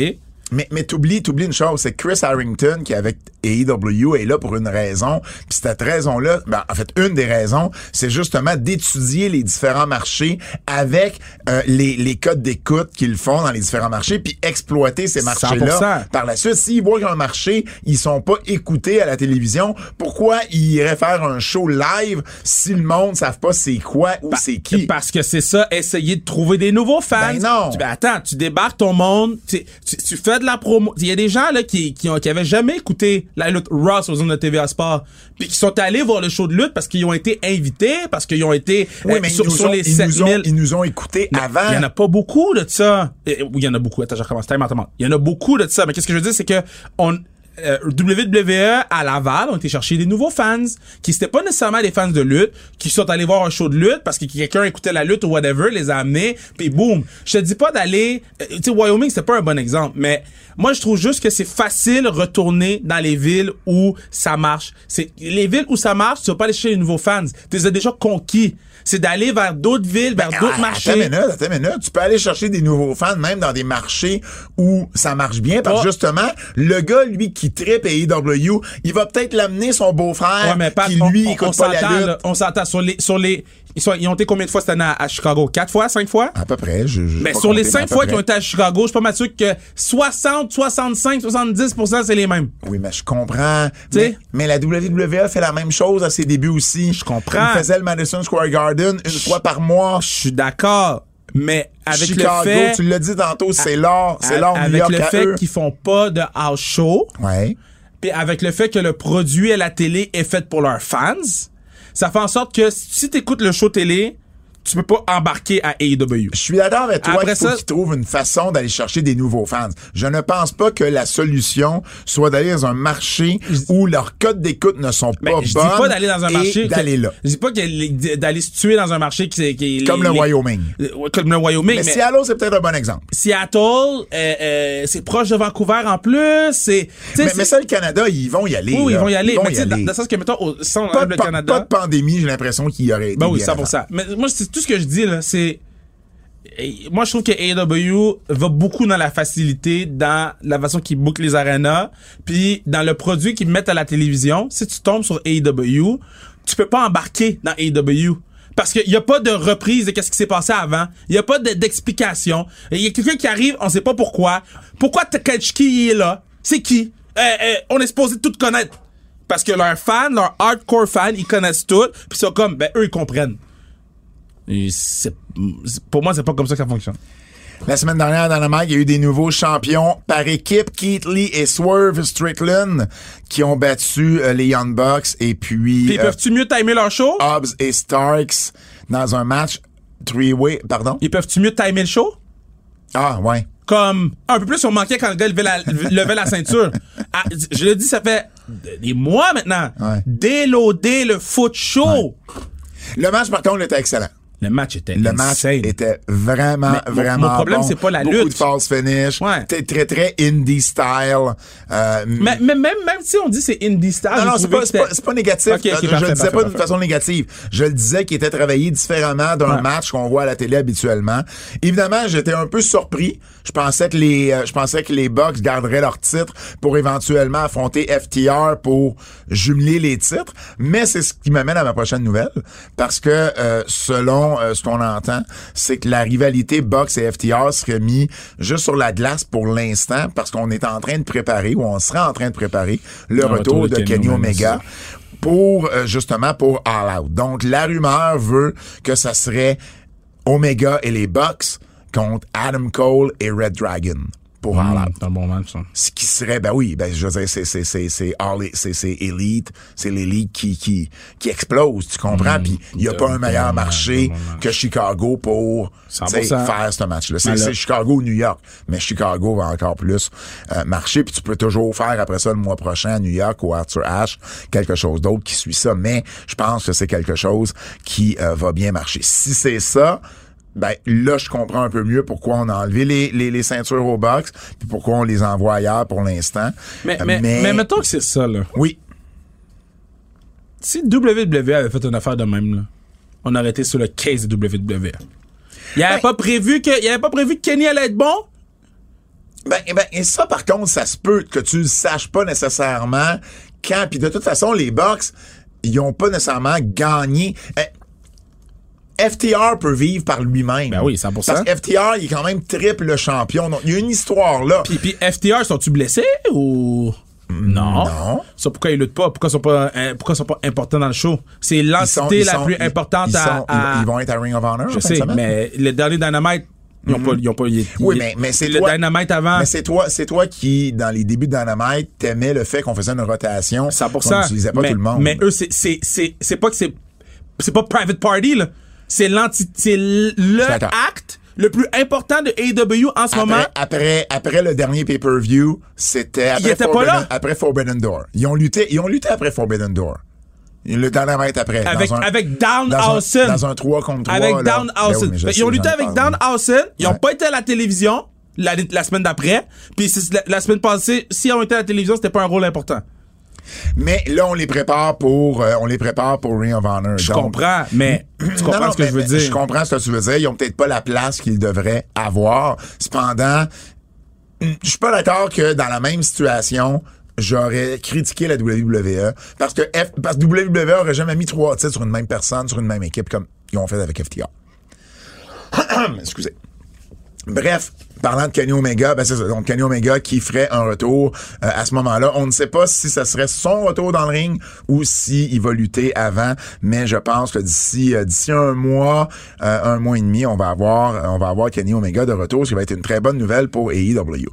[SPEAKER 2] Mais, mais t'oublies, t'oublies une chose, c'est que Chris Harrington, qui avec AEW est là pour une raison, puis cette raison-là, ben, en fait, une des raisons, c'est justement d'étudier les différents marchés avec euh, les, les codes d'écoute qu'ils font dans les différents marchés, puis exploiter ces
[SPEAKER 3] 100%.
[SPEAKER 2] marchés-là. Par la suite, s'ils voient qu'il y a un marché, ils sont pas écoutés à la télévision, pourquoi ils iraient faire un show live si le monde ne savent pas c'est quoi ou c'est qui?
[SPEAKER 3] Parce que c'est ça, essayer de trouver des nouveaux fans.
[SPEAKER 2] Ben non.
[SPEAKER 3] Tu- ben attends, tu débarques ton monde, tu, tu- tu fais de la promo. Il y a des gens là qui qui, ont- qui avaient jamais écouté la lutte Raw sur zone de TVA Sport, puis qui sont allés voir le show de lutte parce qu'ils ont été invités, parce qu'ils ont été euh,
[SPEAKER 2] oui, mais
[SPEAKER 3] sur,
[SPEAKER 2] ils, nous
[SPEAKER 3] sur
[SPEAKER 2] ont,
[SPEAKER 3] les
[SPEAKER 2] ils, nous ont,
[SPEAKER 3] 7000.
[SPEAKER 2] ils nous ont écoutés avant.
[SPEAKER 3] Il y en a pas beaucoup de ça. Eh, oui, il y en a beaucoup. Attends, je recommence. Time out, time out. Il y en a beaucoup de ça. Mais qu'est-ce que je veux dire, c'est que on, euh, WWE à Laval ont été chercher des nouveaux fans qui n'étaient pas nécessairement des fans de lutte, qui sont allés voir un show de lutte parce que quelqu'un écoutait la lutte ou whatever, les a amenés, puis boum. Je te dis pas d'aller... euh, tu sais, Wyoming, c'était pas un bon exemple, mais moi, je trouve juste que c'est facile retourner dans les villes où ça marche. C'est Les villes où ça marche, tu vas pas aller chercher les nouveaux fans. Tu les as déjà conquis. C'est d'aller vers d'autres villes, vers d'autres
[SPEAKER 2] Ah,
[SPEAKER 3] marchés.
[SPEAKER 2] Attends une minute, attends une minute. Tu peux aller chercher des nouveaux fans, même dans des marchés où ça marche bien, parce que
[SPEAKER 3] Ouais.
[SPEAKER 2] justement, le gars, lui, qui tripe AEW, il va peut-être l'amener son beau-frère,
[SPEAKER 3] Ouais, mais Pat,
[SPEAKER 2] Ah, qui,
[SPEAKER 3] on-
[SPEAKER 2] lui,
[SPEAKER 3] on,
[SPEAKER 2] écoute
[SPEAKER 3] on
[SPEAKER 2] pas la
[SPEAKER 3] s'entend,
[SPEAKER 2] lutte.
[SPEAKER 3] là, on s'entend sur les, sur les, ils, sont- ils ont été combien de fois cette année à, à Chicago? Quatre fois? Cinq fois?
[SPEAKER 2] À peu près, je, Ah, je
[SPEAKER 3] Mais
[SPEAKER 2] pas
[SPEAKER 3] sur
[SPEAKER 2] compté,
[SPEAKER 3] les
[SPEAKER 2] mais à
[SPEAKER 3] cinq
[SPEAKER 2] peu
[SPEAKER 3] fois
[SPEAKER 2] près.
[SPEAKER 3] qu'ils ont été à Chicago, je suis pas mal sûr que 60, 65, 70%, c'est les mêmes.
[SPEAKER 2] Oui, mais je comprends.
[SPEAKER 3] Tu sais?
[SPEAKER 2] Mais, mais la WWE fait la même chose à ses débuts aussi. Je
[SPEAKER 3] comprends.
[SPEAKER 2] Il faisait le Madison Square Garden une fois par mois.
[SPEAKER 3] Je suis d'accord, mais avec
[SPEAKER 2] Chicago,
[SPEAKER 3] le fait,
[SPEAKER 2] tu l'as dit tantôt, c'est l'or, c'est
[SPEAKER 3] a-
[SPEAKER 2] l'or New
[SPEAKER 3] avec
[SPEAKER 2] York
[SPEAKER 3] le
[SPEAKER 2] à
[SPEAKER 3] fait
[SPEAKER 2] eux.
[SPEAKER 3] qu'ils font pas de house show,
[SPEAKER 2] Ouais.
[SPEAKER 3] puis avec le fait que le produit à la télé est fait pour leurs fans, ça fait en sorte que si t'écoutes le show télé, tu peux pas embarquer à E AEW.
[SPEAKER 2] Je suis d'accord avec toi
[SPEAKER 3] Après
[SPEAKER 2] qu'il faut
[SPEAKER 3] ça-
[SPEAKER 2] qu'ils trouvent une façon d'aller chercher des nouveaux fans. Je ne pense pas que la solution soit d'aller dans un marché où leurs codes d'écoute ne sont
[SPEAKER 3] Ben,
[SPEAKER 2] pas
[SPEAKER 3] je dis
[SPEAKER 2] bonnes
[SPEAKER 3] pas d'aller dans un
[SPEAKER 2] et
[SPEAKER 3] marché.
[SPEAKER 2] d'aller
[SPEAKER 3] que-
[SPEAKER 2] là.
[SPEAKER 3] Je dis pas que les- d'aller se tuer dans un marché qui, qui
[SPEAKER 2] Comme
[SPEAKER 3] les-
[SPEAKER 2] le
[SPEAKER 3] les-
[SPEAKER 2] Wyoming.
[SPEAKER 3] Euh, ouais, Comme le Wyoming.
[SPEAKER 2] Mais,
[SPEAKER 3] Mais
[SPEAKER 2] Seattle, c'est peut-être un bon exemple.
[SPEAKER 3] Seattle, euh, euh, c'est proche de Vancouver en plus. C'est. tu sais,
[SPEAKER 2] Mais,
[SPEAKER 3] c'est-
[SPEAKER 2] mais ça, le Canada, ils vont y aller.
[SPEAKER 3] oui, oui, ils
[SPEAKER 2] là.
[SPEAKER 3] vont y aller. mais tu sais, dans,
[SPEAKER 2] aller.
[SPEAKER 3] dans le sens que, mettons, au, si on
[SPEAKER 2] Pas
[SPEAKER 3] enlève
[SPEAKER 2] de,
[SPEAKER 3] le
[SPEAKER 2] pa-
[SPEAKER 3] Canada.
[SPEAKER 2] pas de pandémie, j'ai l'impression qu'il y aurait été.
[SPEAKER 3] Ben oui,
[SPEAKER 2] bien avant.
[SPEAKER 3] 100%. Mais moi, c'est tout ce que je dis, là, c'est. Et Moi, je trouve que AEW va beaucoup dans la facilité, dans la façon qu'ils bookent les arenas, puis dans le produit qu'ils mettent à la télévision. Si tu tombes sur AEW, tu peux pas embarquer dans AEW. Parce qu'il n'y a pas de reprise de qu'est-ce qui s'est passé avant. Il n'y a pas de- d'explication. Il y a quelqu'un qui arrive, on sait pas pourquoi. Pourquoi Takachiki est là? C'est qui? Euh, euh, on est supposé tout connaître. Parce que leurs fans, leurs hardcore fans, ils connaissent tout, puis ils sont comme, ben eux, ils comprennent. Et c'est- c'est- pour moi, c'est pas comme ça que ça fonctionne.
[SPEAKER 2] La semaine dernière, dans la mag, il y a eu des nouveaux champions par équipe, Keith Lee et Swerve Strickland, qui ont battu euh, les Young Bucks et puis.
[SPEAKER 3] Puis
[SPEAKER 2] euh, Ah.
[SPEAKER 3] peuvent-tu mieux timer leur show?
[SPEAKER 2] Hobbs et Starks dans un match three-way, pardon?
[SPEAKER 3] Ils peuvent-tu mieux timer le show?
[SPEAKER 2] Ah, ouais.
[SPEAKER 3] Comme un peu plus, on manquait quand le gars levait la, levait la ceinture. Ah, je le dis, ça fait des mois maintenant.
[SPEAKER 2] Ouais.
[SPEAKER 3] Déloader le foot show.
[SPEAKER 2] Le match, par contre, était excellent.
[SPEAKER 3] Le match était
[SPEAKER 2] Le match était vraiment,
[SPEAKER 3] mon-
[SPEAKER 2] vraiment
[SPEAKER 3] mon problème,
[SPEAKER 2] bon.
[SPEAKER 3] c'est pas la
[SPEAKER 2] Beaucoup
[SPEAKER 3] lutte.
[SPEAKER 2] de false finish.
[SPEAKER 3] Ouais.
[SPEAKER 2] C'était très, très indie style. Euh,
[SPEAKER 3] Mais, mais même, même si on dit c'est indie star,
[SPEAKER 2] non,
[SPEAKER 3] j'ai
[SPEAKER 2] non, c'est
[SPEAKER 3] trouvé
[SPEAKER 2] pas,
[SPEAKER 3] que
[SPEAKER 2] c'est pas,
[SPEAKER 3] c'était-
[SPEAKER 2] c'est pas négatif.
[SPEAKER 3] Ok, ok,
[SPEAKER 2] je
[SPEAKER 3] parfait,
[SPEAKER 2] le disais
[SPEAKER 3] parfait,
[SPEAKER 2] pas d'une
[SPEAKER 3] parfait.
[SPEAKER 2] façon négative. Je le disais qu'il était travaillé différemment d'un
[SPEAKER 3] Ouais.
[SPEAKER 2] match qu'on voit à la télé habituellement. Évidemment, j'étais un peu surpris. Je pensais que les, euh, je pensais que les Bucks garderaient leur titre pour éventuellement affronter FTR pour jumeler les titres. Mais c'est ce qui m'amène à ma prochaine nouvelle. Parce que, euh, selon euh, ce qu'on entend, c'est que la rivalité Bucks et FTR serait mise juste sur la glace pour l'instant parce qu'on est en train de préparer ou on sera en train de préparer le retour de Kenny Omega. pour euh, justement pour All Out. Donc la rumeur veut que ça serait Omega et les Bucks contre Adam Cole et Red Dragon pour All Out.
[SPEAKER 3] C'est un bon match, ça.
[SPEAKER 2] Ce qui serait, ben oui, ben je veux dire, c'est c'est c'est c'est all- c'est c'est élite, c'est l'élite qui qui qui explose, tu comprends Puis il y a
[SPEAKER 3] de-
[SPEAKER 2] pas un meilleur
[SPEAKER 3] de-
[SPEAKER 2] marché
[SPEAKER 3] de- de-
[SPEAKER 2] que Chicago pour tu sais,
[SPEAKER 3] 100%.
[SPEAKER 2] faire ce match-là. C'est
[SPEAKER 3] Mais là-
[SPEAKER 2] c'est Chicago ou New York, mais Chicago va encore plus euh, marcher. Puis tu peux toujours faire après ça le mois prochain à New York ou à Arthur Ashe quelque chose d'autre qui suit ça. Mais je pense que c'est quelque chose qui euh, va bien marcher. Si c'est ça. Ben, là, je comprends un peu mieux pourquoi on a enlevé les, les, les ceintures au box, puis pourquoi on les envoie ailleurs pour l'instant.
[SPEAKER 3] Mais,
[SPEAKER 2] Euh,
[SPEAKER 3] mais, mais... mettons que c'est ça, là.
[SPEAKER 2] Oui.
[SPEAKER 3] Si WWE avait fait une affaire de même, là, on aurait été sur le case de WWE. Il avait
[SPEAKER 2] Ben-
[SPEAKER 3] pas prévu que, il avait pas prévu que Kenny allait être bon?
[SPEAKER 2] Ben, eh ben, et ça, par contre, ça se peut que tu le saches pas nécessairement quand. Puis de toute façon, les box, ils ont pas nécessairement gagné. Eh, FTR peut vivre par lui-même.
[SPEAKER 3] Ben oui, 100%.
[SPEAKER 2] Parce que FTR, il est quand même triple champion. Donc, il y a une histoire là.
[SPEAKER 3] Puis, puis FTR, sont-tu blessés ou. Non.
[SPEAKER 2] Mm, non.
[SPEAKER 3] Ça, pourquoi ils luttent pas? Pourquoi ils sont pas, euh, pourquoi ils sont pas importants dans le show? C'est
[SPEAKER 2] Ils sont-
[SPEAKER 3] l'entité
[SPEAKER 2] ils
[SPEAKER 3] la
[SPEAKER 2] sont-
[SPEAKER 3] plus
[SPEAKER 2] ils-
[SPEAKER 3] importante
[SPEAKER 2] ils
[SPEAKER 3] à,
[SPEAKER 2] sont-
[SPEAKER 3] à-
[SPEAKER 2] ils- Ils vont être à Ring of Honor.
[SPEAKER 3] Je
[SPEAKER 2] en fin de
[SPEAKER 3] sais,
[SPEAKER 2] semaine.
[SPEAKER 3] mais le dernier Dynamite, ils ont pas, ils ont pas, ils-
[SPEAKER 2] Mm. Oui,
[SPEAKER 3] ils-
[SPEAKER 2] mais, mais c'est
[SPEAKER 3] le
[SPEAKER 2] toi.
[SPEAKER 3] Dynamite avant.
[SPEAKER 2] Mais c'est toi, c'est toi qui, dans les débuts de Dynamite, t'aimais le fait qu'on faisait une rotation.
[SPEAKER 3] 100%.
[SPEAKER 2] On n'utilisait pas
[SPEAKER 3] mais,
[SPEAKER 2] tout le monde.
[SPEAKER 3] mais eux, c'est, c'est, c'est, c'est pas que c'est, c'est pas private party, là. C'est l'entité, c'est le
[SPEAKER 2] d'accord.
[SPEAKER 3] acte le plus important de AEW en ce moment.
[SPEAKER 2] après, après, après le dernier pay-per-view, c'était après,
[SPEAKER 3] Ils étaient pas
[SPEAKER 2] Forbidden-
[SPEAKER 3] là.
[SPEAKER 2] après Forbidden Door. Ils ont lutté, ils ont lutté après Forbidden Door. Le Dynamite après. dans
[SPEAKER 3] Avec-
[SPEAKER 2] un-
[SPEAKER 3] avec Down
[SPEAKER 2] dans un-
[SPEAKER 3] Hawson.
[SPEAKER 2] Dans un 3 contre 3.
[SPEAKER 3] avec
[SPEAKER 2] là.
[SPEAKER 3] Downhausen.
[SPEAKER 2] Ben oui, mais je
[SPEAKER 3] ils ont
[SPEAKER 2] sais,
[SPEAKER 3] lutté
[SPEAKER 2] j'en
[SPEAKER 3] avec
[SPEAKER 2] parle.
[SPEAKER 3] Downhausen. Ils ont
[SPEAKER 2] Ouais.
[SPEAKER 3] pas été à la télévision la, la semaine d'après. Puis c'est- la, la semaine passée, s'ils ont été à la télévision, c'était pas un rôle important.
[SPEAKER 2] Mais là, on les prépare pour, euh, on les prépare pour Ring of Honor.
[SPEAKER 3] Je comprends, mais tu comprends
[SPEAKER 2] Non, non,
[SPEAKER 3] ce que
[SPEAKER 2] mais-
[SPEAKER 3] je veux
[SPEAKER 2] mais
[SPEAKER 3] dire.
[SPEAKER 2] Je comprends ce que tu veux dire. Ils ont peut-être pas la place qu'ils devraient avoir. Cependant, mm, je suis pas d'accord que dans la même situation, j'aurais critiqué la WWE parce que F- parce que WWE aurait jamais mis trois titres sur une même personne, sur une même équipe comme ils ont fait avec FTR. Ah, Excusez. Bref, parlant de Kenny Omega, ben c'est ça, donc Kenny Omega qui ferait un retour euh, à ce moment-là. On ne sait pas si ça serait son retour dans le ring ou si il va lutter avant, mais je pense que d'ici euh, d'ici un mois, euh, un mois et demi, on va avoir euh, on va avoir Kenny Omega de retour, ce qui va être une très bonne nouvelle pour AEW.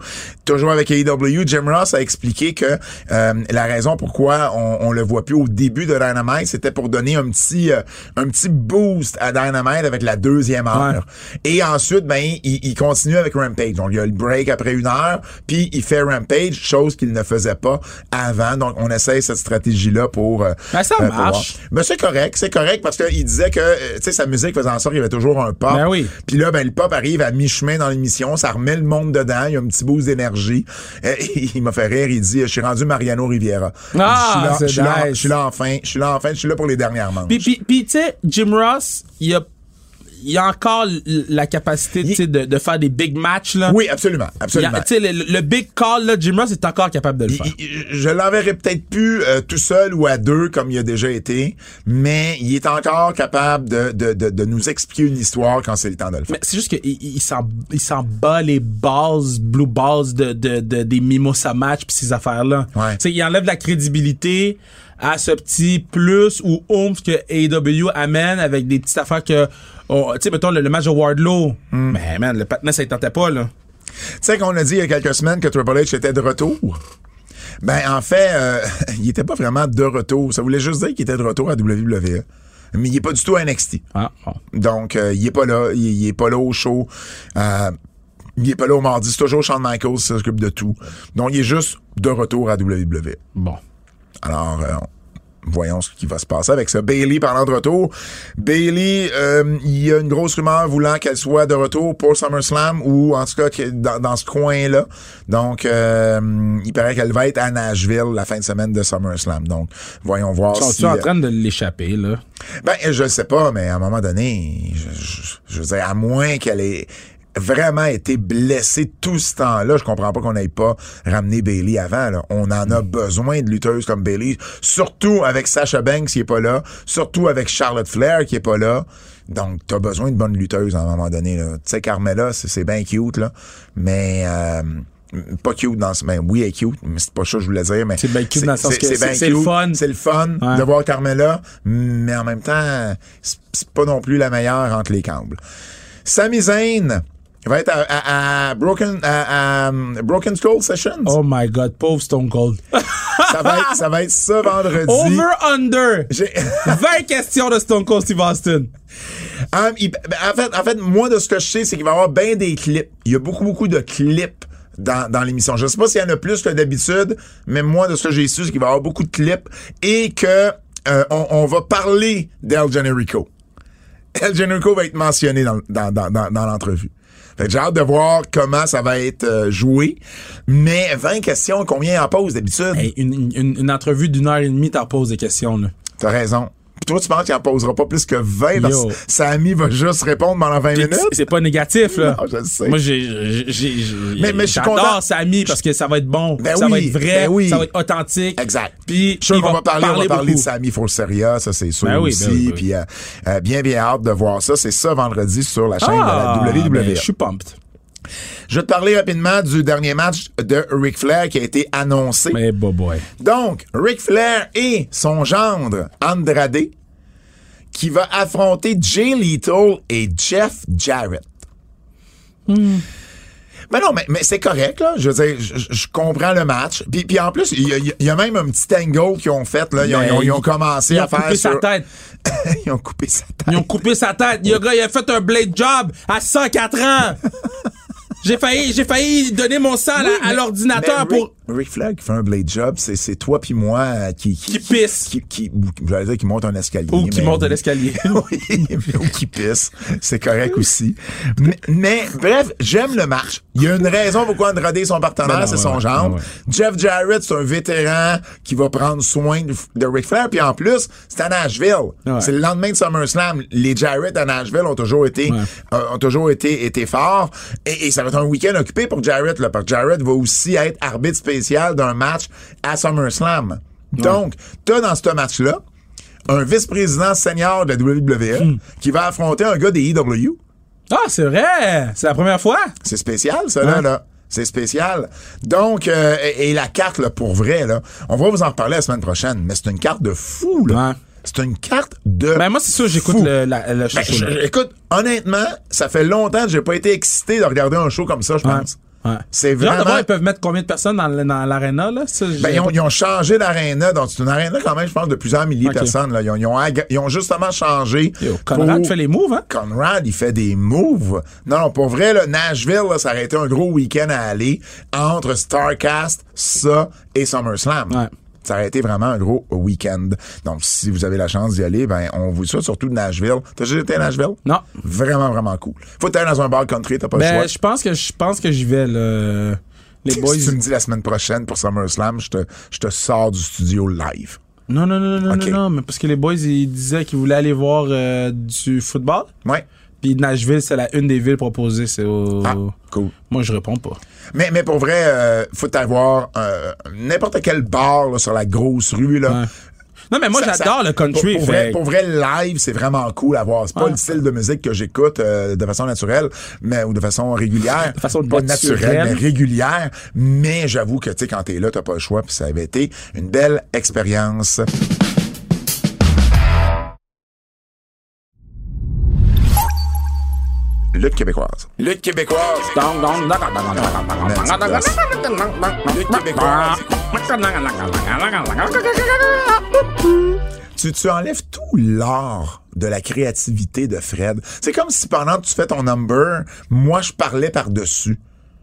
[SPEAKER 2] Toujours avec AEW, Jim Ross a expliqué que euh, la raison pourquoi on, on le voit plus au début de Dynamite, c'était pour donner un petit euh, un petit boost à Dynamite avec la deuxième heure.
[SPEAKER 3] Ouais.
[SPEAKER 2] Et ensuite, ben, il, il continue avec Rampage. Donc, il y a le break après une heure, puis il fait Rampage, chose qu'il ne faisait pas avant. Donc, on essaye cette stratégie-là pour... euh,
[SPEAKER 3] Ben, ça
[SPEAKER 2] euh, pour
[SPEAKER 3] marche.
[SPEAKER 2] voir. Ben, c'est correct, c'est correct, parce qu'il disait que, euh, tu sais, sa musique faisait en sorte qu'il y avait toujours un pop.
[SPEAKER 3] Ben oui.
[SPEAKER 2] Puis là, ben, le pop arrive à mi-chemin dans l'émission, ça remet le monde dedans, il y a un petit boost d'énergie. Euh, il m'a fait rire, il dit, je suis rendu Mariano Riviera.
[SPEAKER 3] Ah,
[SPEAKER 2] je
[SPEAKER 3] c'est
[SPEAKER 2] suis là, je suis là,
[SPEAKER 3] nice.
[SPEAKER 2] je suis là enfin, je suis là enfin, je suis là pour les dernières manches.
[SPEAKER 3] Puis, puis, puis, tu sais, Jim Ross, il a, il a encore l- la capacité tu sais, de, de faire des big matchs. Là.
[SPEAKER 2] oui, absolument,
[SPEAKER 3] Il
[SPEAKER 2] absolument.
[SPEAKER 3] a- Tu sais, le, le big call, là, Jim Ross est encore capable de le faire.
[SPEAKER 2] Il- il- je l'enverrai peut-être plus euh, tout seul ou à deux comme il a déjà été, mais il est encore capable de, de, de, de nous expliquer une histoire quand c'est le temps de le faire.
[SPEAKER 3] Mais c'est juste qu'il il, il s'en il s'en bat les bases, blue bases de, de, de- des Mimosa Match pis ces affaires-là.
[SPEAKER 2] Ouais.
[SPEAKER 3] Tu sais, il enlève de la crédibilité à ce petit plus ou oomph que AEW amène avec des petites affaires que... oh, tu sais, mettons, le, le match de Wardlow.
[SPEAKER 2] Hmm.
[SPEAKER 3] Mais man, le patinet, ça y tentait pas, là.
[SPEAKER 2] Tu sais qu'on a dit il y a quelques semaines que Triple H était de retour. Ben en fait, euh, il était pas vraiment de retour. Ça voulait juste dire qu'il était de retour à WWE, mais il est pas du tout à NXT.
[SPEAKER 3] Ah, bon.
[SPEAKER 2] Donc, euh, il est pas là. Il, il est pas là au show. Euh, il est pas là au mardi. C'est toujours Shawn Michaels qui s'occupe de tout. Donc, il est juste de retour à E. WWE.
[SPEAKER 3] Bon.
[SPEAKER 2] Alors, euh, voyons ce qui va se passer avec ça. Bailey parlant de retour. Bailey, euh, il y a une grosse rumeur voulant qu'elle soit de retour pour SummerSlam ou en tout cas que- dans, dans ce coin-là. Donc, euh, il paraît qu'elle va être à Nashville la fin de semaine de SummerSlam. Donc, voyons voir
[SPEAKER 3] Ils
[SPEAKER 2] Ah, si... euh,
[SPEAKER 3] sont en train de l'échapper, là?
[SPEAKER 2] Ben, je sais pas, mais à un moment donné, je, je, je veux dire, à moins qu'elle ait vraiment été blessée tout ce temps-là, je comprends pas qu'on n'ait pas ramené Bailey avant. là. On en a besoin de lutteuses comme Bailey, surtout avec Sasha Banks qui est pas là, surtout avec Charlotte Flair qui est pas là. Donc, t'as besoin de bonnes lutteuses à un moment donné. là. Tu sais, Carmela, c'est- c'est bien cute, là. Mais euh, pas cute dans ce, mais oui, elle est cute, mais c'est pas ça que je voulais dire, mais.
[SPEAKER 3] C'est bien cute dans le sens que c'est-
[SPEAKER 2] bien
[SPEAKER 3] c'est le
[SPEAKER 2] cute,
[SPEAKER 3] fun.
[SPEAKER 2] C'est le fun
[SPEAKER 3] Ouais.
[SPEAKER 2] de voir Carmela, mais en même temps, c'est c'est pas non plus la meilleure entre les câbles. Sami Zayn va être à, à- à Broken, à, à, um, Broken Skull Sessions.
[SPEAKER 3] Oh my God, pauvre Stone Cold.
[SPEAKER 2] Ça, va être, ça va être ce vendredi.
[SPEAKER 3] Over under.
[SPEAKER 2] J'ai-
[SPEAKER 3] 20 questions de Stone Cold Steve Austin.
[SPEAKER 2] Um, il- ben, en, fait, en fait, moi, de ce que je sais, c'est qu'il va y avoir bien des clips. Il y a beaucoup, beaucoup de clips dans, dans l'émission. Je sais pas s'il y en a plus que d'habitude, mais moi, de ce que j'ai su, c'est qu'il va y avoir beaucoup de clips et que euh, on, on va parler d'El Generico. El Generico va être mentionné dans, dans, dans, dans, dans l'entrevue. Fait que j'ai hâte de voir comment ça va être euh, joué. Mais 20 questions, combien il en pose d'habitude?
[SPEAKER 3] Hey, une, une- une, une entrevue d'une heure et demie, t'en poses des questions, là.
[SPEAKER 2] T'as raison. Puis toi, tu penses qu'il en posera pas plus que 20 parce
[SPEAKER 3] Yo.
[SPEAKER 2] que Sami va juste répondre pendant 20
[SPEAKER 3] C'est-
[SPEAKER 2] minutes?
[SPEAKER 3] C'est pas négatif, là.
[SPEAKER 2] Non, je le sais.
[SPEAKER 3] Moi, j'ai, j'ai, j'ai- j'ai-
[SPEAKER 2] Mais- mais je suis content.
[SPEAKER 3] j'adore Sami parce que ça va être bon.
[SPEAKER 2] Ben
[SPEAKER 3] ça va
[SPEAKER 2] oui,
[SPEAKER 3] être vrai.
[SPEAKER 2] ben oui.
[SPEAKER 3] Ça va être authentique.
[SPEAKER 2] Exact.
[SPEAKER 3] Puis,
[SPEAKER 2] Je suis sûr
[SPEAKER 3] il
[SPEAKER 2] qu'on va parler, on va parler de
[SPEAKER 3] beaucoup.
[SPEAKER 2] Sami Fourseria, ça c'est sûr
[SPEAKER 3] Ben oui,
[SPEAKER 2] aussi.
[SPEAKER 3] ben oui, ben oui.
[SPEAKER 2] Puis euh, euh, bien bien hâte de voir ça. C'est ça vendredi sur la E. chaîne
[SPEAKER 3] Ah,
[SPEAKER 2] de la WWE.
[SPEAKER 3] ben, je suis pumped.
[SPEAKER 2] Je vais te parler rapidement du dernier match de Ric Flair qui a été annoncé.
[SPEAKER 3] Mais boy, boy.
[SPEAKER 2] Donc, Ric Flair et son gendre Andrade qui va affronter Jay Lethal et Jeff Jarrett. Hmm. Mais non, mais, mais c'est correct, là. Je veux dire, je, je- je comprends le match. Puis, puis en plus, il y, a- il y a même un petit angle qu'ils ont fait, là. Ils ont,
[SPEAKER 3] Mais
[SPEAKER 2] ils ont- ils ont
[SPEAKER 3] ils-
[SPEAKER 2] commencé
[SPEAKER 3] Ils
[SPEAKER 2] à
[SPEAKER 3] ont
[SPEAKER 2] faire
[SPEAKER 3] coupé sa
[SPEAKER 2] sur-
[SPEAKER 3] tête.
[SPEAKER 2] ils ont coupé sa tête.
[SPEAKER 3] Ils ont coupé sa tête. Le gars, il a fait un blade job à 104 ans. j'ai failli, j'ai failli donner mon sang à la- à, l'ordinateur
[SPEAKER 2] Mais
[SPEAKER 3] pour
[SPEAKER 2] Ric- Ric Flair qui fait un blade job, c'est, c'est toi puis moi euh, qui...
[SPEAKER 3] qu'il pisse.
[SPEAKER 2] Qui, qui, ou- j'allais dire qui monte un escalier.
[SPEAKER 3] Ou qu'il
[SPEAKER 2] mais-
[SPEAKER 3] monte à l'escalier.
[SPEAKER 2] oui, mais ou qui pisse. C'est correct aussi. Mais, mais, bref, j'aime le match. Il y a une raison pourquoi Andrade est son partenaire,
[SPEAKER 3] Ben non,
[SPEAKER 2] c'est
[SPEAKER 3] ouais,
[SPEAKER 2] son
[SPEAKER 3] ouais,
[SPEAKER 2] genre.
[SPEAKER 3] ouais, ouais.
[SPEAKER 2] Jeff Jarrett, c'est un vétéran qui va prendre soin de, de Ric Flair. Puis en plus, c'est à Nashville.
[SPEAKER 3] Ouais.
[SPEAKER 2] C'est le lendemain de SummerSlam. Les Jarrett à Nashville ont toujours été,
[SPEAKER 3] Ouais.
[SPEAKER 2] euh, ont toujours été, été forts. Et, et ça va être un week-end occupé pour Jarrett, là, parce que Jarrett va aussi être arbitre spécial d'un match à SummerSlam. Donc, t'as dans ce match-là un vice-président senior de la WWE
[SPEAKER 3] Hmm.
[SPEAKER 2] qui va affronter un gars des E EW.
[SPEAKER 3] Ah, c'est vrai. C'est la première fois.
[SPEAKER 2] C'est spécial, ça, là.
[SPEAKER 3] Ouais.
[SPEAKER 2] là. C'est spécial. Donc, euh, et, et la carte, là, pour vrai, là, on va vous en reparler la semaine prochaine, mais c'est une carte de fou, là.
[SPEAKER 3] Ouais.
[SPEAKER 2] C'est une carte de.
[SPEAKER 3] Ben, moi, c'est sûr, j'écoute
[SPEAKER 2] fou.
[SPEAKER 3] le, la, le
[SPEAKER 2] Ben,
[SPEAKER 3] show,
[SPEAKER 2] je-
[SPEAKER 3] là.
[SPEAKER 2] écoute, honnêtement, ça fait longtemps que j'ai pas été excité de regarder un show comme ça, je pense.
[SPEAKER 3] Ouais.
[SPEAKER 2] C'est
[SPEAKER 3] J'ai hâte de
[SPEAKER 2] vraiment.
[SPEAKER 3] voir, ils peuvent mettre combien de personnes dans, le- dans l'aréna, là. Ça, j'ai-
[SPEAKER 2] Ben, ils, ont, ils ont changé l'aréna. Donc, c'est une aréna, quand même, je pense, de plusieurs milliers
[SPEAKER 3] Ok.
[SPEAKER 2] de personnes. Là. Ils, ont, ils ont aga- ils ont justement changé.
[SPEAKER 3] Yo, Conrad
[SPEAKER 2] pour-
[SPEAKER 3] fait les moves, hein?
[SPEAKER 2] Conrad, il fait des moves. Non, non, pour vrai, là, Nashville, là, ça aurait été un gros week-end à aller entre StarCast, ça et SummerSlam.
[SPEAKER 3] Ouais.
[SPEAKER 2] Ça aurait été vraiment un gros week-end. Donc, si vous avez la chance d'y aller, ben, on vous souhaite surtout de Nashville. T'as déjà été à Nashville?
[SPEAKER 3] Non.
[SPEAKER 2] Vraiment, vraiment cool. Faut t'aller dans un bar country, t'as pas le choix.
[SPEAKER 3] Ben, je pense que, je pense que j'y vais, là. Les boys.
[SPEAKER 2] Si tu me dis la semaine prochaine pour SummerSlam, je te, je te sors du studio live.
[SPEAKER 3] Non, non, non, non,
[SPEAKER 2] Ok.
[SPEAKER 3] non, non, mais parce que les boys, ils disaient qu'ils voulaient aller voir euh, du football.
[SPEAKER 2] Ouais.
[SPEAKER 3] Puis Nashville, c'est la une des villes proposées. C'est au...
[SPEAKER 2] Ah, cool.
[SPEAKER 3] Moi, je réponds pas.
[SPEAKER 2] Mais, mais pour vrai, euh, faut avoir euh, n'importe quel bar là, sur la grosse rue. Là.
[SPEAKER 3] Ouais. Non, mais moi,
[SPEAKER 2] Ça- ça-
[SPEAKER 3] j'adore le country.
[SPEAKER 2] Pour, pour
[SPEAKER 3] fait-
[SPEAKER 2] vrai, pour vrai, le live, c'est vraiment cool à voir. C'est pas
[SPEAKER 3] Ouais.
[SPEAKER 2] le style de musique que j'écoute euh, de façon naturelle, mais ou de façon régulière.
[SPEAKER 3] De façon
[SPEAKER 2] pas naturelle,
[SPEAKER 3] naturelle.
[SPEAKER 2] mais régulière. Mais j'avoue que tu sais, quand t'es là, t'as pas le choix. Puis ça avait été une belle expérience. Lutte québécoise. Lutte québécoise. Lutte québécoise. tu, tu enlèves tout l'art de la créativité de Fred. C'est comme si pendant que tu fais ton number, moi je parlais par-dessus.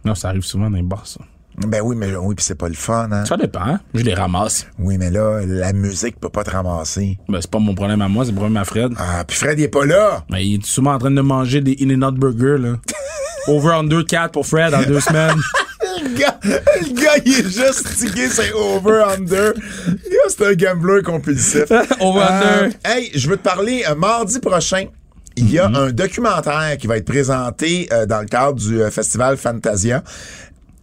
[SPEAKER 3] Non, ça arrive souvent dans les bars, ça.
[SPEAKER 2] Ben oui, mais oui, puis c'est pas le fun, hein.
[SPEAKER 3] Ça dépend. hein. Je les ramasse.
[SPEAKER 2] Oui, mais là, la musique peut pas te ramasser.
[SPEAKER 3] Ben, c'est pas mon problème à moi, c'est le problème à Fred.
[SPEAKER 2] Ah, puis Fred, il est pas là.
[SPEAKER 3] Mais il est souvent en train de manger des In and Out Burger, là. Over on 2-4 pour Fred en deux semaines.
[SPEAKER 2] Le gars, le gars, il est juste tigué, c'est over, under. Le gars, c'est un gambler compulsif. Euh,
[SPEAKER 3] Over, under.
[SPEAKER 2] Hey, je veux te parler euh, mardi prochain. Il
[SPEAKER 3] Mm-hmm.
[SPEAKER 2] y a un documentaire qui va être présenté euh, dans le cadre du euh, festival Fantasia.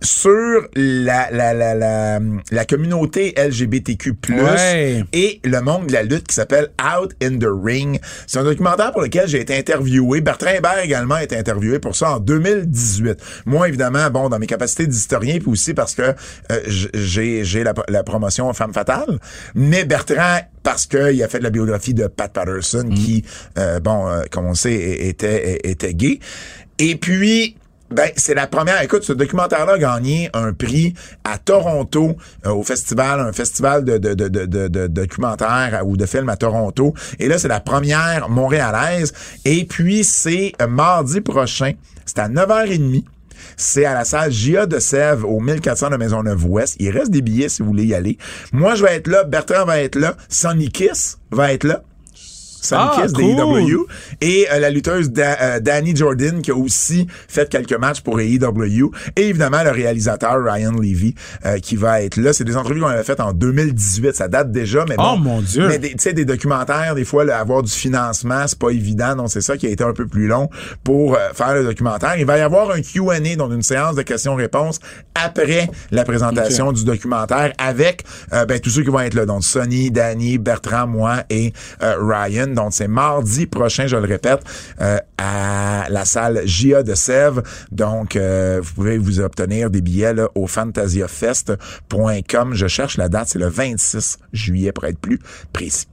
[SPEAKER 2] sur la, la, la, la, la communauté LGBTQ+,
[SPEAKER 3] Ouais.
[SPEAKER 2] et le monde de la lutte qui s'appelle Out in the Ring. C'est un documentaire pour lequel j'ai été interviewé. Bertrand Hébert également a été interviewé pour ça en 2018. Moi, évidemment, bon, dans mes capacités d'historien, puis aussi parce que euh, j- j'ai j'ai la, la promotion Femme Fatale, mais Bertrand parce qu'il a fait de la biographie de Pat Patterson, qui, euh, bon, euh, comme on le sait, é- était, é- était gay. Et puis, ben, c'est la première. Écoute, ce documentaire-là a gagné un prix à Toronto, euh, au festival, un festival de, de, de, de, de, de documentaires euh, ou de films à Toronto. Et là, c'est la première montréalaise. Et puis, c'est euh, mardi prochain. C'est à 9h30. C'est à la salle J.A. de Sèvres au 1400 de Maisonneuve-Ouest. Il reste des billets si vous voulez y aller. Moi, je vais être là. Bertrand va être là. Sonny Kiss va être là. Sonny
[SPEAKER 3] Ah,
[SPEAKER 2] Kiss
[SPEAKER 3] cool.
[SPEAKER 2] des E AEW. Et euh, la lutteuse Da- euh, Danny Jordan qui a aussi fait quelques matchs pour AEW. Et évidemment, le réalisateur Ryan Levy euh, qui va être là. C'est des entrevues qu'on avait faites en 2018. Ça date déjà, mais
[SPEAKER 3] Oh,
[SPEAKER 2] bon.
[SPEAKER 3] mon Dieu.
[SPEAKER 2] Mais des- tu sais, des documentaires, des fois, là, avoir du financement, c'est pas évident. Donc, c'est ça qui a été un peu plus long pour euh, faire le documentaire. Il va y avoir un Q&A, donc une séance de questions-réponses après la présentation du documentaire avec euh, ben, tous ceux qui vont être là. Donc, Sonny, Danny, Bertrand, moi et euh, Ryan. Donc, c'est mardi prochain, je le répète, euh, à la salle JA de Sèvres. Donc, euh, vous pouvez vous obtenir des billets là, au fantasiafest.com. Je cherche la date, c'est le 26 juillet pour être plus précis.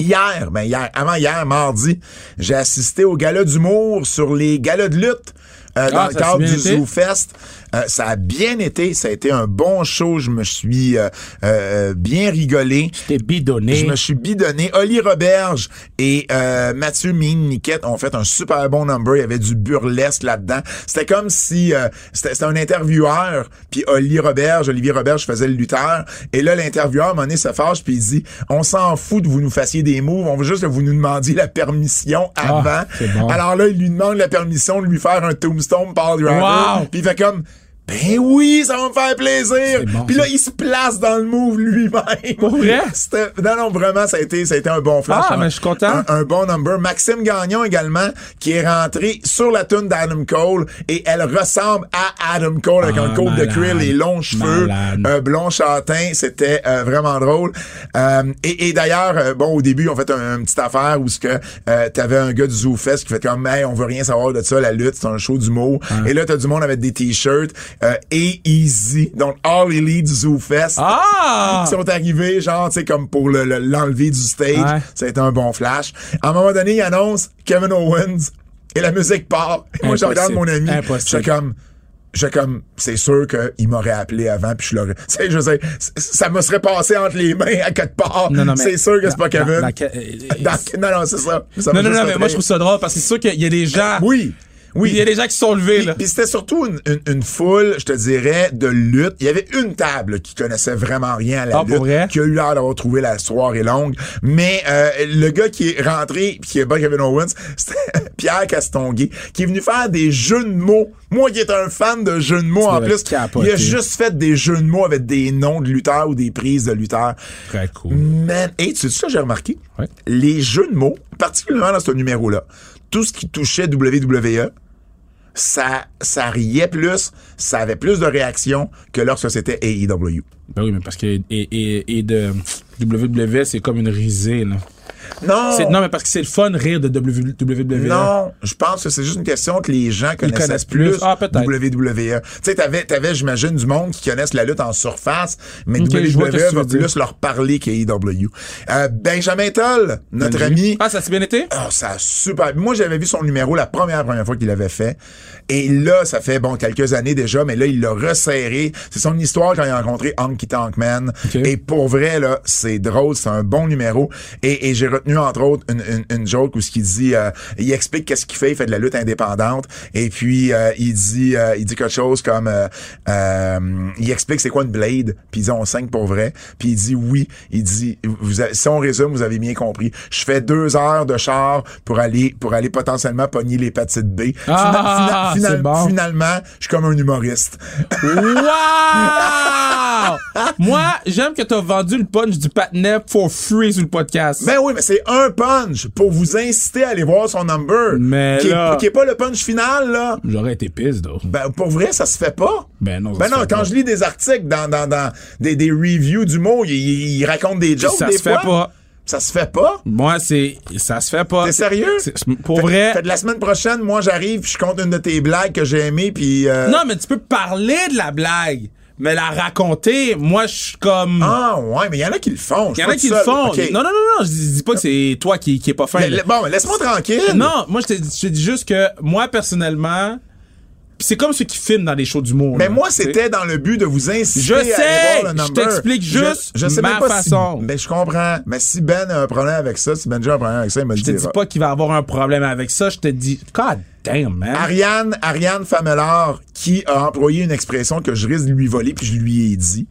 [SPEAKER 2] Hier, ben hier, avant hier, mardi, j'ai assisté au gala d'humour sur les galas de lutte euh, dans
[SPEAKER 3] Ah,
[SPEAKER 2] le
[SPEAKER 3] ça s'est
[SPEAKER 2] cadre
[SPEAKER 3] bien
[SPEAKER 2] du
[SPEAKER 3] été?
[SPEAKER 2] Zoo Fest. Euh, ça a bien été, ça a été un bon show. Je me suis euh, euh, bien rigolé.
[SPEAKER 3] T'es
[SPEAKER 2] Je
[SPEAKER 3] bidonné.
[SPEAKER 2] me suis bidonné. Oli Roberge et euh, Mathieu Mine Niquette ont fait un super bon number. Il y avait du burlesque là-dedans. C'était comme si euh, c'était c'était un intervieweur, puis Oli Roberge, Olivier Roberge faisait le lutteur. Et là, l'intervieweur, à un moment donné, se fâche, puis il dit On s'en fout que vous nous fassiez des moves, on veut juste que vous nous demandiez la permission
[SPEAKER 3] Ah,
[SPEAKER 2] avant.
[SPEAKER 3] c'est bon.
[SPEAKER 2] Alors là, il lui demande la permission de lui faire un tombstone par driver.
[SPEAKER 3] Wow!
[SPEAKER 2] Puis il fait comme Ben oui, ça va me faire plaisir!
[SPEAKER 3] C'est bon,
[SPEAKER 2] puis là,
[SPEAKER 3] ça.
[SPEAKER 2] il se place dans le move lui-même.
[SPEAKER 3] Pour vrai?
[SPEAKER 2] C'était- Non, non, vraiment, ça a été, ça a été un bon flash.
[SPEAKER 3] Ah,
[SPEAKER 2] Un-
[SPEAKER 3] mais je suis content.
[SPEAKER 2] Un, un bon number. Maxime Gagnon également, qui est rentré sur la tune d'Adam Cole et elle ressemble à Adam Cole avec
[SPEAKER 3] Ah,
[SPEAKER 2] un col de
[SPEAKER 3] malade.
[SPEAKER 2] cuir, les longs cheveux,
[SPEAKER 3] Malade.
[SPEAKER 2] euh, blond châtain. C'était euh, vraiment drôle. Euh, et et d'ailleurs, euh, bon, au début, on fait un, une petite affaire où ce que euh, t'avais un gars du Zoo Fest qui fait comme, hey, on veut rien savoir de ça, la lutte, c'est un show d'humour. Et là, t'as du monde avec des t-shirts euh, et Easy, donc All Elite du Zoo Fest
[SPEAKER 3] Ah!
[SPEAKER 2] qui sont arrivés, genre, tu sais, comme pour le- le- l'enlever du stage.
[SPEAKER 3] Ouais.
[SPEAKER 2] Ça a été un bon flash. À un moment donné, il annonce Kevin Owens et la musique part. Et moi, je
[SPEAKER 3] Impossible.
[SPEAKER 2] regarde mon ami.
[SPEAKER 3] Impossible.
[SPEAKER 2] Je fais comme, je fais comme, c'est sûr qu'il m'aurait appelé avant puis je l'aurais, tu sais, je sais, c- ça me serait passé entre les mains à quelque part.
[SPEAKER 3] Non, non, mais-
[SPEAKER 2] c'est sûr que c'est pas
[SPEAKER 3] dans-
[SPEAKER 2] Kevin.
[SPEAKER 3] dans- dans-
[SPEAKER 2] Dans- non, non, c'est ça. Ça m'a
[SPEAKER 3] Non, non,
[SPEAKER 2] juste
[SPEAKER 3] non,
[SPEAKER 2] fait
[SPEAKER 3] mais moi, je
[SPEAKER 2] rire.
[SPEAKER 3] trouve ça drôle parce que c'est sûr qu'il y a des gens.
[SPEAKER 2] Oui. Oui.
[SPEAKER 3] Il y a des gens qui se sont levés, là.
[SPEAKER 2] Puis c'était surtout une, une, une foule, je te dirais, de lutte. Il y avait une table qui connaissait vraiment rien à la
[SPEAKER 3] Ah, pour
[SPEAKER 2] lutte,
[SPEAKER 3] vrai?
[SPEAKER 2] qui a eu l'air d'avoir trouvé la soirée longue. Mais euh, le gars qui est rentré, puis qui est bon Kevin Owens, c'était Pierre Castonguay, qui est venu faire des jeux de mots. Moi qui est un fan de jeux de mots en
[SPEAKER 3] devais
[SPEAKER 2] plus,
[SPEAKER 3] capoter.
[SPEAKER 2] il a juste fait des jeux de mots avec des noms de lutteurs ou des prises de lutteurs.
[SPEAKER 3] Très cool.
[SPEAKER 2] Man, hey, tu sais ça, j'ai remarqué?
[SPEAKER 3] Ouais.
[SPEAKER 2] Les jeux de mots, particulièrement dans ce numéro-là, tout ce qui touchait WWE, ça, ça riait plus, ça avait plus de réactions que lorsque c'était E AEW.
[SPEAKER 3] Ben oui, mais parce que. Et, et, et de WWE, c'est comme une risée, là.
[SPEAKER 2] Non!
[SPEAKER 3] C'est- Non, mais parce que c'est le fun rire de E. WWE. là.
[SPEAKER 2] Oh. Non, je pense que c'est juste une question que les gens connaissaient
[SPEAKER 3] connaissent
[SPEAKER 2] plus,
[SPEAKER 3] plus. Ah, peut-être.
[SPEAKER 2] WWE. Tu sais, t'avais, t'avais, j'imagine, du monde qui connaissent la lutte en surface, mais
[SPEAKER 3] Ok, je vois qu'est-ce
[SPEAKER 2] WWE
[SPEAKER 3] que
[SPEAKER 2] va
[SPEAKER 3] tu veux
[SPEAKER 2] plus leur parler qu'AEW. Euh, Benjamin Toll, notre ami,
[SPEAKER 3] Ah, ça s'est bien été?
[SPEAKER 2] Ah, ça a super. Moi, j'avais vu son numéro la première première fois qu'il l'avait fait. Et là, ça fait bon quelques années déjà, mais là, il l'a resserré. C'est son histoire quand il a rencontré Honky Tankman.
[SPEAKER 3] Ok.
[SPEAKER 2] Et pour vrai, là, c'est drôle, c'est un bon numéro. Et, et j'ai retenu entre autres une, une, une joke où ce qu'il dit, euh, il explique qu'est-ce qu'il fait, il fait de la lutte indépendante. Et puis euh, il dit, euh, il dit quelque chose comme, euh, euh, il explique c'est quoi une blade. Puis ils ont cinq pour vrai. Puis il dit oui, il dit, vous avez- si on résume, vous avez bien compris. Je fais deux heures de char pour aller pour aller potentiellement pogner les petites B. Fina-
[SPEAKER 3] Ah,
[SPEAKER 2] fina-
[SPEAKER 3] c'est bon.
[SPEAKER 2] Finalement, je suis comme un humoriste.
[SPEAKER 3] Wow! Wow! Moi, j'aime que t'as vendu le punch du patinet for free sur le podcast.
[SPEAKER 2] Ben oui, mais c'est un punch pour vous inciter à aller voir son number.
[SPEAKER 3] Mais
[SPEAKER 2] qui, est-
[SPEAKER 3] là-
[SPEAKER 2] qui est pas le punch final, là.
[SPEAKER 3] J'aurais été pisse, though.
[SPEAKER 2] Ben, pour vrai, ça se fait pas.
[SPEAKER 3] Ben non, ça
[SPEAKER 2] Ben
[SPEAKER 3] se
[SPEAKER 2] non,
[SPEAKER 3] fait
[SPEAKER 2] quand
[SPEAKER 3] pas.
[SPEAKER 2] je lis des articles dans, dans, dans des, des reviews du mot, ils, ils racontent des jokes
[SPEAKER 3] ça
[SPEAKER 2] des
[SPEAKER 3] se
[SPEAKER 2] fois.
[SPEAKER 3] fait pas.
[SPEAKER 2] Ça se fait pas.
[SPEAKER 3] Moi, c'est. Ça se fait pas.
[SPEAKER 2] T'es sérieux?
[SPEAKER 3] C'est- c'est- Pour
[SPEAKER 2] Fait-
[SPEAKER 3] vrai.
[SPEAKER 2] Fait de la semaine prochaine, moi, j'arrive, puis je compte une de tes blagues que j'ai aimées, puis... euh,
[SPEAKER 3] Non, mais tu peux parler de la blague, mais la raconter, moi, je suis comme.
[SPEAKER 2] Ah, ouais, mais il y en a qui le font. Je
[SPEAKER 3] Il y
[SPEAKER 2] suis
[SPEAKER 3] en
[SPEAKER 2] pas
[SPEAKER 3] a qui
[SPEAKER 2] tout
[SPEAKER 3] le
[SPEAKER 2] seul.
[SPEAKER 3] font.
[SPEAKER 2] OK.
[SPEAKER 3] Non, non, non, non, je dis dis pas que c'est toi qui, qui est pas fin.
[SPEAKER 2] Le-
[SPEAKER 3] là.
[SPEAKER 2] le- bon, laisse-moi tranquille.
[SPEAKER 3] Non, moi, je te dis je te dis juste que moi, personnellement, pis c'est comme ceux qui filment dans les shows d'humour.
[SPEAKER 2] Mais
[SPEAKER 3] là,
[SPEAKER 2] moi,
[SPEAKER 3] tu sais.
[SPEAKER 2] c'était dans le but de vous inciter
[SPEAKER 3] Je
[SPEAKER 2] à aller
[SPEAKER 3] sais!
[SPEAKER 2] voir le
[SPEAKER 3] Je
[SPEAKER 2] number.
[SPEAKER 3] t'explique juste ma
[SPEAKER 2] pas
[SPEAKER 3] façon.
[SPEAKER 2] Si, mais je comprends. Mais si Ben a un problème avec ça, si Benji a un problème avec ça, il me le
[SPEAKER 3] Je te dis
[SPEAKER 2] dira.
[SPEAKER 3] pas qu'il va avoir un problème avec ça. Je te dis, God damn, man.
[SPEAKER 2] Ariane, Ariane Famelard, qui a employé une expression que je risque de lui voler, puis je lui ai dit.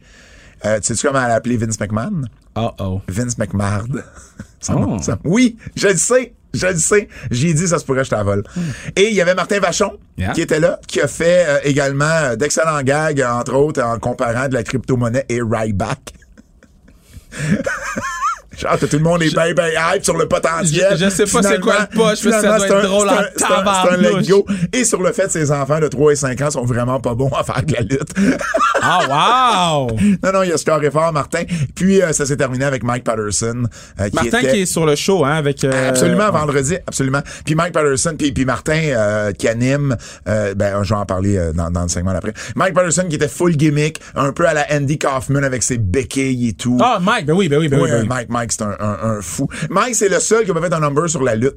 [SPEAKER 2] Euh, tu sais comment elle a appelé Vince McMahon?
[SPEAKER 3] Oh, oh.
[SPEAKER 2] Vince McMahon. Ça m'a-
[SPEAKER 3] Oh.
[SPEAKER 2] ça- oui, je le sais. Je le sais. J'ai dit, ça se pourrait, que je t'avole. Et il y avait Martin Vachon,
[SPEAKER 3] Hmm. Yeah.
[SPEAKER 2] qui était là, qui a fait euh, également euh, d'excellents gags, euh, entre autres, en comparant de la crypto-monnaie et Ryback. Genre, que tout le monde est bien, bien hype sur le potentiel.
[SPEAKER 3] Je- je sais pas c'est
[SPEAKER 2] Finalement-
[SPEAKER 3] quoi le poche, mais ça
[SPEAKER 2] finalement,
[SPEAKER 3] doit
[SPEAKER 2] c'est
[SPEAKER 3] être
[SPEAKER 2] un-
[SPEAKER 3] drôle
[SPEAKER 2] c'est
[SPEAKER 3] en
[SPEAKER 2] un- c'est un- C'est un
[SPEAKER 3] tabarnouche.
[SPEAKER 2] let go. Et sur le fait que ses enfants de 3 et 5 ans sont vraiment pas bons à faire de la lutte.
[SPEAKER 3] Ah, wow!
[SPEAKER 2] Non, non, il a scoré fort, Martin. Puis euh, ça s'est terminé avec Mike Patterson. euh, qui
[SPEAKER 3] Martin
[SPEAKER 2] était-
[SPEAKER 3] qui est sur le show, hein, avec. euh,
[SPEAKER 2] Absolument, vendredi, absolument. Puis Mike Patterson, puis, puis Martin euh, qui anime, euh, ben, je vais en parler euh, dans, dans le segment d'après. Mike Patterson qui était full gimmick, un peu à la Andy Kaufman avec ses béquilles et tout.
[SPEAKER 3] Ah, Mike, ben oui, ben oui, ben oui.
[SPEAKER 2] Oui,
[SPEAKER 3] ben oui.
[SPEAKER 2] Mike, Mike, c'est un, un- un fou. Mike, c'est le seul qui m'a fait un number sur la lutte.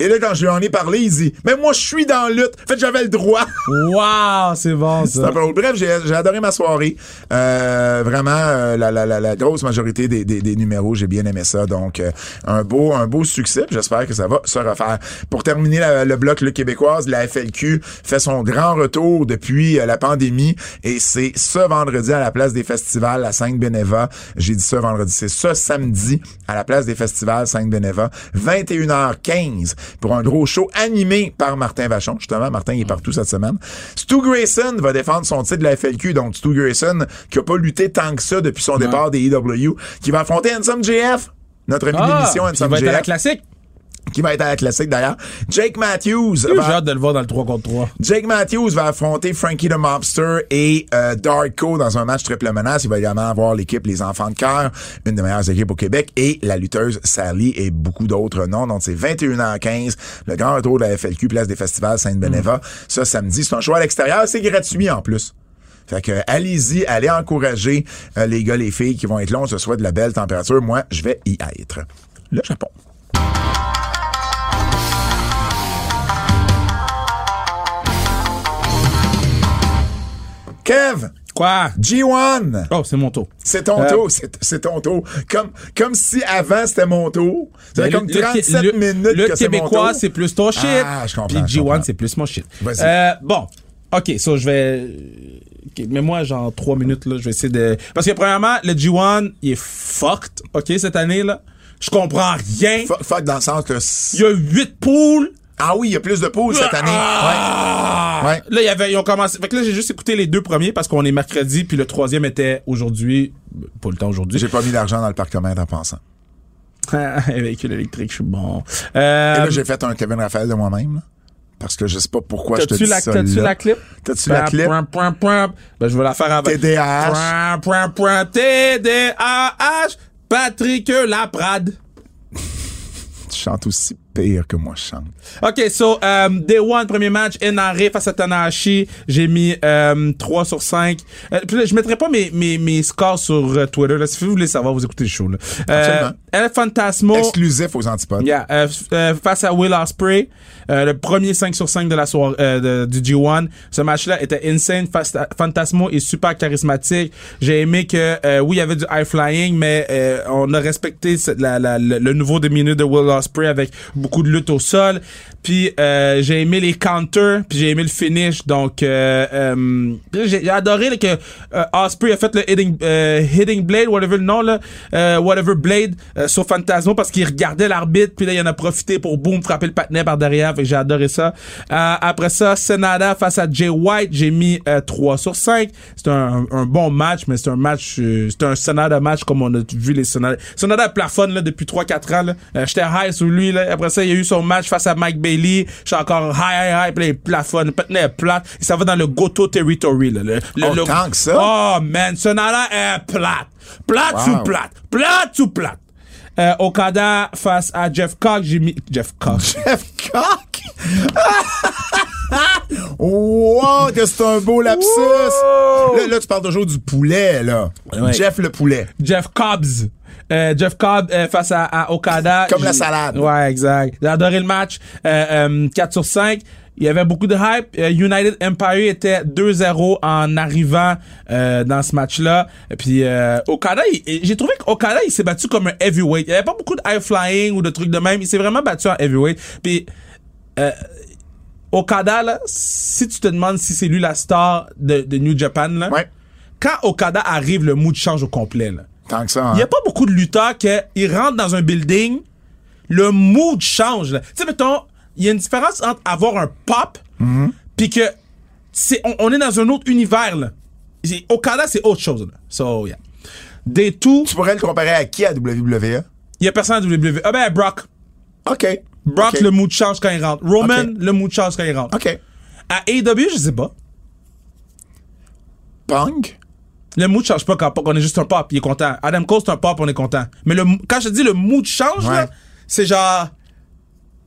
[SPEAKER 2] Et là, quand je lui en ai parlé, il dit, mais moi, je suis dans la lutte. En fait, j'avais le droit.
[SPEAKER 3] Wow, c'est bon,
[SPEAKER 2] C'est
[SPEAKER 3] ça.
[SPEAKER 2] un peu drôle. Bref, j'ai j'ai adoré ma soirée. Euh, vraiment, euh, la, la, la, la grosse majorité des, des, des numéros, j'ai bien aimé ça. Donc, euh, un beau un beau succès. puis J'espère que ça va se refaire. Pour terminer la- le bloc, le québécoise, la FLQ fait son grand retour depuis euh, la pandémie. Et c'est ce vendredi à la place des festivals à Sainte-Beneva. J'ai dit ce vendredi. C'est ce samedi à la place des festivals Sainte-Beneva. 21h15 pour un gros show animé par Martin Vachon. Justement, Martin, il est partout cette semaine. Stu Grayson va défendre son titre de la FLQ. Donc, Stu Grayson, qui a pas lutté tant que ça depuis son départ des EW, qui va affronter Handsome JF. Notre ami
[SPEAKER 3] Ah,
[SPEAKER 2] d'émission,
[SPEAKER 3] puis il
[SPEAKER 2] Handsome
[SPEAKER 3] va être à la
[SPEAKER 2] JF,
[SPEAKER 3] classique.
[SPEAKER 2] qui va être à la classique d'ailleurs. Jake Matthews
[SPEAKER 3] J'ai
[SPEAKER 2] va
[SPEAKER 3] hâte de le voir dans le 3 contre 3.
[SPEAKER 2] Jake Matthews va affronter Frankie the Mobster et euh, Darko dans un match triple menace. Il va également avoir l'équipe Les Enfants de Cœur, une des meilleures équipes au Québec, et la lutteuse Sally et beaucoup d'autres noms. Donc, c'est 21h15, le grand retour de la FLQ, place des festivals Sainte-Beneva, ça samedi. C'est un choix à l'extérieur, c'est gratuit en plus. Fait que euh, allez-y, allez encourager euh, les gars, les filles qui vont être là. On se souhaite de la belle température. Moi, je vais y être. Le Japon. Kev,
[SPEAKER 3] Quoi?
[SPEAKER 2] G1,
[SPEAKER 3] Oh, c'est mon tour.
[SPEAKER 2] c'est ton
[SPEAKER 3] Euh,
[SPEAKER 2] tour, c'est c'est ton tour. Comme, comme si avant c'était mon tour. C'est
[SPEAKER 3] Mais
[SPEAKER 2] comme
[SPEAKER 3] le- le-
[SPEAKER 2] 37
[SPEAKER 3] le-
[SPEAKER 2] minutes
[SPEAKER 3] Le
[SPEAKER 2] que c'est mon tour.
[SPEAKER 3] Québécois, c'est plus ton shit.
[SPEAKER 2] Ah, je comprends,
[SPEAKER 3] Puis
[SPEAKER 2] je comprends.
[SPEAKER 3] G1, c'est plus mon shit.
[SPEAKER 2] Vas-y.
[SPEAKER 3] Euh, bon. OK, so je vais. ok, mais moi, genre, trois minutes, là, je vais essayer de. Parce que, premièrement, le G1, il est fucked, OK, cette année, là. Je comprends rien.
[SPEAKER 2] Fuck, fuck dans le sens que... c-
[SPEAKER 3] Il y a huit poules.
[SPEAKER 2] Ah oui, il y a plus de poules cette année. Ouais.
[SPEAKER 3] Ah!
[SPEAKER 2] Ouais.
[SPEAKER 3] Là, il y avait, ils ont commencé. Fait que là, j'ai juste écouté les deux premiers parce qu'on est mercredi, puis le troisième était aujourd'hui. Pas le temps aujourd'hui.
[SPEAKER 2] J'ai pas mis d'argent dans le parc commun en pensant.
[SPEAKER 3] Ah, véhicule électrique, je suis bon. Euh,
[SPEAKER 2] Et là, j'ai fait un Kevin Raphaël de moi-même, là. Parce que je sais pas pourquoi je te
[SPEAKER 3] T'as-tu
[SPEAKER 2] dis
[SPEAKER 3] la,
[SPEAKER 2] ça.
[SPEAKER 3] t'as-tu
[SPEAKER 2] là.
[SPEAKER 3] la Bah, clip?
[SPEAKER 2] T'as-tu la
[SPEAKER 3] Pam,
[SPEAKER 2] clip?
[SPEAKER 3] pam, pam, pam. Ben, je vais la faire avant.
[SPEAKER 2] TDAH.
[SPEAKER 3] Pam, pam, pam, TDAH. Patrick Laprade.
[SPEAKER 2] Tu chantes aussi pire que moi, je chante.
[SPEAKER 3] OK, so, euh, Day One, premier match, NRA face à Tanahashi. J'ai mis euh, 3 sur 5. Euh, puis là, je mettrai pas mes, mes, mes scores sur euh, Twitter. Là, si vous voulez savoir, vous écoutez le show. Là. Euh,
[SPEAKER 2] Absolument.
[SPEAKER 3] El Fantasmo.
[SPEAKER 2] Exclusif aux antipodes.
[SPEAKER 3] Oh! Yeah, euh, f- euh, face à Will Ospreay, euh, le premier 5 sur 5 de la soirée euh, de- du G1. Ce match-là était insane, fast- fantasmo et super charismatique. J'ai aimé que euh, oui, il y avait du high flying, mais euh, on a respecté ce- la- la- le, le nouveau demi-minute de Will Ospreay avec beaucoup de lutte au sol. Puis euh, j'ai aimé les counters, puis j'ai aimé le finish. Donc euh, euh, puis j'ai j'ai adoré là, que euh, Osprey a fait le hitting, euh, hitting blade, whatever le nom là, euh, whatever blade euh, sur Fantasmo parce qu'il regardait l'arbitre, puis là il en a profité pour boum frapper le patinet par derrière. Fait que j'ai adoré ça. Euh, après ça, Senada face à Jay White, j'ai mis euh, 3 sur 5. C'est un, un bon match, mais c'est un match, euh, c'est un Senada match comme on a vu les Senada. Senada plafonne là, depuis 3-4 ans. là. Euh, J'étais high sur lui. Là. Après ça, il y a eu son match face à Mike Bailey. J'étais encore high, high, high. Puis là, il plafonne. Maintenant, il est plate. Et ça va dans le Goto territory. Là. Le, le-
[SPEAKER 2] Oh,
[SPEAKER 3] le-
[SPEAKER 2] tant que ça?
[SPEAKER 3] Oh, man. Senada est plate. Plate
[SPEAKER 2] Wow.
[SPEAKER 3] sous plate. Plate sous plate. Euh, Okada face à Jeff Cox, j'ai mis Jeff Cox.
[SPEAKER 2] Jeff Cock! wow, que c'est un beau lapsus!
[SPEAKER 3] Wow!
[SPEAKER 2] Là, là, tu parles toujours du poulet, là.
[SPEAKER 3] Ouais.
[SPEAKER 2] Jeff le poulet.
[SPEAKER 3] Jeff Cobbs. Euh, Jeff Cobb euh, face à, à Okada.
[SPEAKER 2] Comme la
[SPEAKER 3] J'ai-
[SPEAKER 2] salade.
[SPEAKER 3] Ouais, exact. J'ai adoré le match. Euh, euh, 4 sur 5. Il y avait beaucoup de hype. Euh, United Empire était 2-0 en arrivant euh, dans ce match-là. Et Puis euh, Okada, il- il- j'ai trouvé qu'Okada, il s'est battu comme un heavyweight. Il n'y avait pas beaucoup de high flying ou de trucs de même. Il s'est vraiment battu en heavyweight. Puis Okada, là, si tu te demandes si c'est lui la star de, de New Japan, là,
[SPEAKER 2] Ouais.
[SPEAKER 3] quand Okada arrive, le mood change au complet. Là.
[SPEAKER 2] Tant que ça, hein.
[SPEAKER 3] Il n'y a pas beaucoup de lutteurs qui rentrent dans un building, le mood change. là. Tu sais, mettons, il y a une différence entre avoir un pop,
[SPEAKER 2] Mhm.
[SPEAKER 3] puis que c'est, on, on est dans un autre univers. Là. C'est- Okada, c'est autre chose. Là. So, yeah. Des tout,
[SPEAKER 2] Tu pourrais le comparer à qui à E? WWE?
[SPEAKER 3] il n'y a personne à WWE. Ah ben, Brock.
[SPEAKER 2] OK.
[SPEAKER 3] Brock,
[SPEAKER 2] OK.
[SPEAKER 3] le mood change quand il rentre. Roman,
[SPEAKER 2] Ok.
[SPEAKER 3] le mood change quand il rentre.
[SPEAKER 2] OK.
[SPEAKER 3] À AEW, je sais pas.
[SPEAKER 2] Punk?
[SPEAKER 3] Le mood change pas quand pop, on est juste un pop, il est content. Adam Cole, c'est un pop, on est content. Mais le, quand je te dis le mood change,
[SPEAKER 2] Ouais.
[SPEAKER 3] là, c'est genre.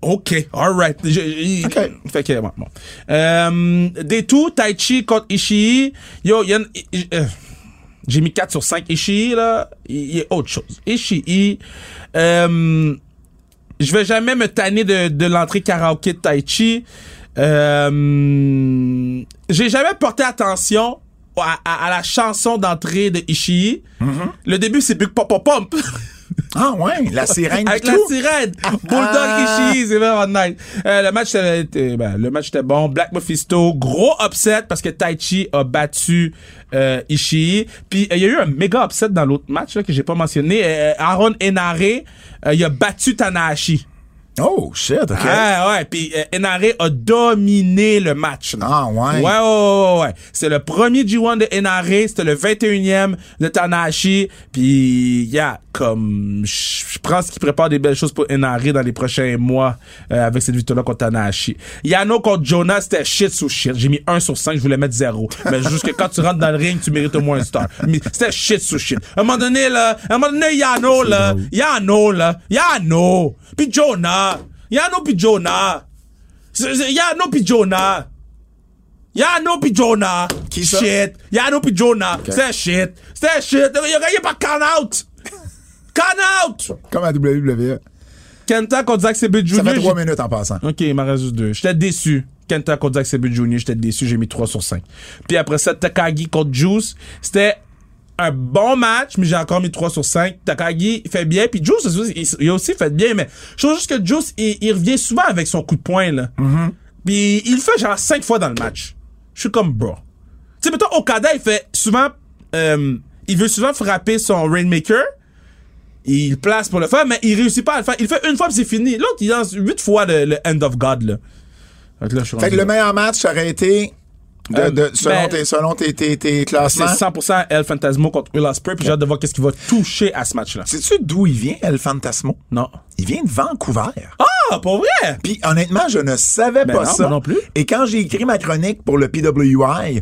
[SPEAKER 3] OK, alright.
[SPEAKER 2] Ok.
[SPEAKER 3] Fait que, bon. bon. Euh, des tout, Tai Chi contre Ishii. Yo, y a une- i- i- euh, J'ai mis 4 sur 5. Ishii, là, il il est autre chose. Ishii. Euh, je vais jamais me tanner de, de l'entrée karaoké de Tai Chi. Euh, j'ai jamais porté attention à, à- à la chanson d'entrée de Ishii. Le début, c'est Big Pop Pop Pump.
[SPEAKER 2] Ah ouais, la sirène
[SPEAKER 3] Avec
[SPEAKER 2] du
[SPEAKER 3] la
[SPEAKER 2] clou.
[SPEAKER 3] sirène. Bulldog
[SPEAKER 2] ah.
[SPEAKER 3] Ishii, c'est vraiment nice. Euh, le match euh, était, ben, le match était bon. Black Mephisto, gros upset parce que Taichi a battu euh, Ishii. Puis euh, il y a eu un méga upset dans l'autre match là, que j'ai pas mentionné. Euh, Aaron Enare, euh, il a battu Tanahashi.
[SPEAKER 2] Oh shit, OK.
[SPEAKER 3] Ah ouais, puis euh, Enare a dominé le match. là.
[SPEAKER 2] Ah, ouais.
[SPEAKER 3] Ouais, ouais, ouais, ouais, ouais. C'est le premier G1 de Enare, c'était le 21e de Tanahashi, puis yeah, comme je je pense qu'il prépare des belles choses pour Enare dans les prochains mois euh, avec cette victoire là contre Tanahashi. Yano contre Jonas, c'était shit sous shit. J'ai mis 1 sur 5, je voulais mettre 0. Mais juste que quand tu rentres dans le ring, tu mérites au moins une star. Mais c'était shit sous shit. À un moment donné là, à un moment donné Yano là, Yano là, Yano, puis Jonah, Yano puis Jonah. C'est- c'est- Yano puis Jonah. Yano puis Jonah.
[SPEAKER 2] Qui ça?
[SPEAKER 3] shit. Yano puis Jonah. C'est shit. C'est shit. Il a gagné par Can Out. Can Out.
[SPEAKER 2] Comme à WWE.
[SPEAKER 3] Kenta contre Zack Sabre Jr.
[SPEAKER 2] Ça fait
[SPEAKER 3] j'ai-
[SPEAKER 2] trois minutes en passant.
[SPEAKER 3] Ok, il m'en reste juste deux. J'étais déçu. Kenta contre Zack Sabre Jr., j'étais déçu, j'ai mis 3 sur 5. Puis après ça, Takagi contre Juice, c'était un bon match, mais j'ai encore mis 3 sur 5. Takagi fait bien, puis Juice, il, il a aussi fait bien, mais je trouve juste que Juice, il, il revient souvent avec son coup de poing, là. Puis il le fait genre 5 fois dans le match. Je suis comme, bro. Tu sais, mettons, Okada, il fait souvent... euh, il veut souvent frapper son Rainmaker, il place pour le faire, mais il réussit pas à le faire. Il le fait une fois, puis c'est fini. L'autre, il lance huit fois le, le End of God, là. Fait que là, je suis
[SPEAKER 2] Fait que
[SPEAKER 3] rendu
[SPEAKER 2] le
[SPEAKER 3] là.
[SPEAKER 2] meilleur match aurait été de, de-
[SPEAKER 3] Euh,
[SPEAKER 2] selon,
[SPEAKER 3] ben,
[SPEAKER 2] tes, selon tes, tes, tes
[SPEAKER 3] c'est
[SPEAKER 2] classements.
[SPEAKER 3] 100% El Fantasmo contre Will Ospreay, puis j'ai hâte de voir qu'est-ce qui va toucher à ce match-là.
[SPEAKER 2] Sais-tu d'où il vient, El Fantasmo?
[SPEAKER 3] Non.
[SPEAKER 2] Il vient de Vancouver.
[SPEAKER 3] Ah, pour vrai?
[SPEAKER 2] Puis honnêtement, je ne savais
[SPEAKER 3] Ben
[SPEAKER 2] pas
[SPEAKER 3] non,
[SPEAKER 2] ça.
[SPEAKER 3] moi non plus.
[SPEAKER 2] Et quand j'ai écrit ma chronique pour le PWI,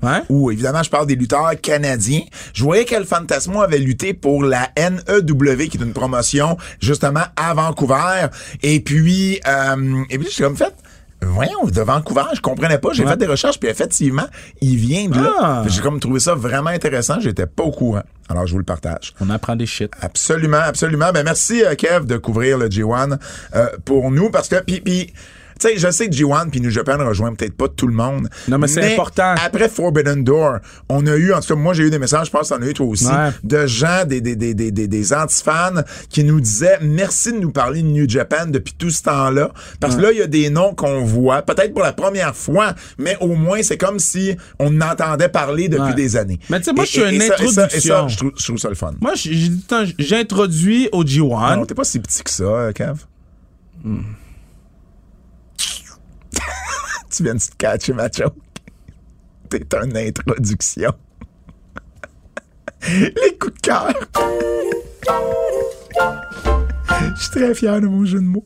[SPEAKER 3] Ouais.
[SPEAKER 2] où évidemment je parle des lutteurs canadiens, je voyais qu'El Fantasmo avait lutté pour la NEW, qui est une promotion justement à Vancouver. Et puis, euh, et puis je suis comme fait. Voyons, de Vancouver, je comprenais pas. J'ai fait des recherches, puis effectivement, il vient de là.
[SPEAKER 3] Ah.
[SPEAKER 2] Fait que J'ai comme trouvé ça vraiment intéressant. J'étais pas au courant. Alors, je vous le partage.
[SPEAKER 3] On apprend des shit.
[SPEAKER 2] Absolument, absolument. Ben merci euh, Kev de couvrir le G1 euh, pour nous parce que puis puis Tu sais, je sais que G1 puis New Japan rejoint peut-être pas tout le monde.
[SPEAKER 3] Non, mais c'est important.
[SPEAKER 2] Après Forbidden Door, on a eu, en tout cas, moi, j'ai eu des messages, je pense que t'en as eu toi aussi,
[SPEAKER 3] Ouais.
[SPEAKER 2] de gens, des, des, des, des, des, des antifans qui nous disaient merci de nous parler de New Japan depuis tout ce temps-là. Parce que là, il y a des noms qu'on voit, peut-être pour la première fois, mais au moins, c'est comme si on entendait parler depuis
[SPEAKER 3] Ouais.
[SPEAKER 2] des années.
[SPEAKER 3] Mais tu sais, moi,
[SPEAKER 2] Et-
[SPEAKER 3] je suis
[SPEAKER 2] et-
[SPEAKER 3] une
[SPEAKER 2] et ça- et ça- Et ça,
[SPEAKER 3] introduction.
[SPEAKER 2] je trouve, je trouve ça le fun.
[SPEAKER 3] Moi, j'ai j'ai dit, tant, j'introduis au G1.
[SPEAKER 2] Ah Non, t'es pas si petit que ça, euh, Kev. Hmm. tu viens de te catcher ma joke. T'es une introduction. Les coups de cœur. Je suis très fier de mon jeu de mots.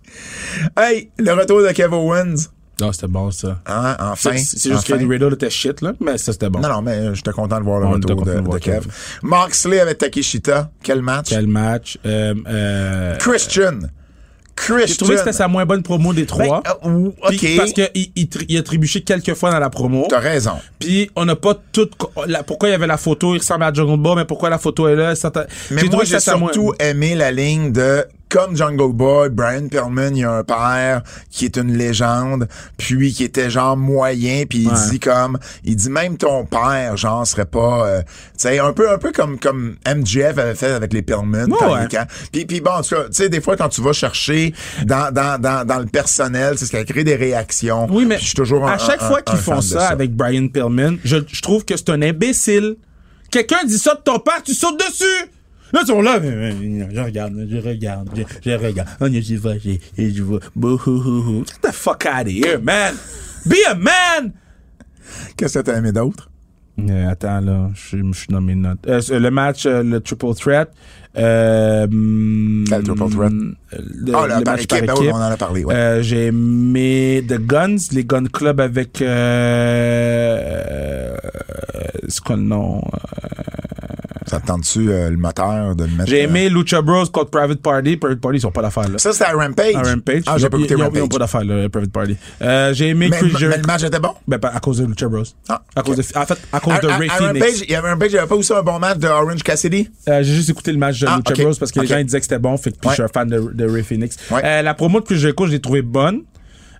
[SPEAKER 2] hey, le retour de Kev Owens.
[SPEAKER 3] Non, c'était bon, ça.
[SPEAKER 2] Hein, enfin.
[SPEAKER 3] C'est c'est juste
[SPEAKER 2] enfin.
[SPEAKER 3] que Riddle était shit, là, mais ça, c'était bon.
[SPEAKER 2] Non, non, mais euh, j'étais content de voir le
[SPEAKER 3] On était
[SPEAKER 2] retour
[SPEAKER 3] content
[SPEAKER 2] de,
[SPEAKER 3] de
[SPEAKER 2] de
[SPEAKER 3] voir
[SPEAKER 2] Kev.
[SPEAKER 3] Kev.
[SPEAKER 2] Moxley avec Takeshita. Quel match.
[SPEAKER 3] Quel match. Euh, euh,
[SPEAKER 2] Christian. Christian.
[SPEAKER 3] J'ai trouvé que c'était sa moins bonne promo des trois.
[SPEAKER 2] Ben, euh, ou-
[SPEAKER 3] Puis
[SPEAKER 2] ok.
[SPEAKER 3] Parce qu'il il, tri- il a trébuché quelques fois dans la promo.
[SPEAKER 2] T'as raison.
[SPEAKER 3] Puis on n'a pas tout. co- la- pourquoi il y avait la photo, il ressemble à Jungle Boy, mais pourquoi la photo est là? ça t'a-
[SPEAKER 2] Mais moi,
[SPEAKER 3] trouvé que
[SPEAKER 2] j'ai
[SPEAKER 3] c'était sa moins-
[SPEAKER 2] surtout aimé la ligne de comme Jungle Boy, Brian Perlman, il y a un père qui est une légende, puis qui était genre moyen, puis il
[SPEAKER 3] Ouais.
[SPEAKER 2] dit comme, il dit même ton père, genre serait pas, euh, tu sais, un peu, un peu comme comme MJF avait fait avec les Perlman.
[SPEAKER 3] Ouais,
[SPEAKER 2] quand-
[SPEAKER 3] ouais.
[SPEAKER 2] quand- Puis puis bon, en tout cas, tu sais, des fois quand tu vas chercher dans dans dans, dans le personnel, c'est ce qui a créé des réactions.
[SPEAKER 3] Oui, mais
[SPEAKER 2] Puis je suis toujours un-
[SPEAKER 3] à chaque
[SPEAKER 2] un-
[SPEAKER 3] fois
[SPEAKER 2] un-
[SPEAKER 3] qu'ils
[SPEAKER 2] un fan
[SPEAKER 3] font
[SPEAKER 2] de
[SPEAKER 3] ça, avec Brian Pillman, je, je trouve que c'est un imbécile. Quelqu'un dit ça de ton père, tu sautes dessus! Là, ils sont là, mais- mais- je regarde, je regarde, je, je regarde. On est j'y vais, j'y- et je vois. Bouhouhouhou. Get the fuck out of here, man! Be a man!
[SPEAKER 2] Qu'est-ce que t'as aimé d'autre?
[SPEAKER 3] Euh, attends, là, je suis- je suis dans mes notes. Euh, le match, euh, le triple threat. Euh, hum,
[SPEAKER 2] Quel triple threat?
[SPEAKER 3] Le,
[SPEAKER 2] Ah, là, par
[SPEAKER 3] le match Euh, par
[SPEAKER 2] équipe, ben oui,
[SPEAKER 3] équipe.
[SPEAKER 2] on en a parlé, ouais.
[SPEAKER 3] Euh, J'ai aimé The Guns, les Gun Club avec... Euh, euh, c'est quoi le nom? Euh,
[SPEAKER 2] Ça te tente-tu euh, le moteur de le mettre?
[SPEAKER 3] J'ai
[SPEAKER 2] euh,
[SPEAKER 3] aimé Lucha Bros contre Private Party. Private Party, ils ont pas d'affaires, là.
[SPEAKER 2] Ça, c'était à Rampage.
[SPEAKER 3] À Rampage.
[SPEAKER 2] Ah,
[SPEAKER 3] ils
[SPEAKER 2] j'ai
[SPEAKER 3] ont-
[SPEAKER 2] pas écouté
[SPEAKER 3] ils ont-
[SPEAKER 2] Rampage.
[SPEAKER 3] Ils ont pas d'affaires, là, Private Party. Euh, J'ai aimé
[SPEAKER 2] mais,
[SPEAKER 3] Chris
[SPEAKER 2] mais le
[SPEAKER 3] Jericho.
[SPEAKER 2] match était bon.
[SPEAKER 3] Ben, pas- à cause de Lucha Bros.
[SPEAKER 2] Ah,
[SPEAKER 3] à cause
[SPEAKER 2] ok.
[SPEAKER 3] de, en fait, à cause
[SPEAKER 2] À-
[SPEAKER 3] de
[SPEAKER 2] à-
[SPEAKER 3] Ray
[SPEAKER 2] à
[SPEAKER 3] Phoenix.
[SPEAKER 2] Rampage, il y avait Rampage, il y avait pas aussi un bon match de Orange Cassidy?
[SPEAKER 3] Euh, j'ai juste écouté le match de
[SPEAKER 2] Ah,
[SPEAKER 3] Lucha
[SPEAKER 2] ok.
[SPEAKER 3] Bros parce que
[SPEAKER 2] Ok.
[SPEAKER 3] les gens ils disaient que c'était bon, fait que puis
[SPEAKER 2] Ouais.
[SPEAKER 3] je suis un fan de, de Ray Phoenix.
[SPEAKER 2] Ouais.
[SPEAKER 3] Euh, la promo de Chris Jericho, je l'ai trouvée bonne.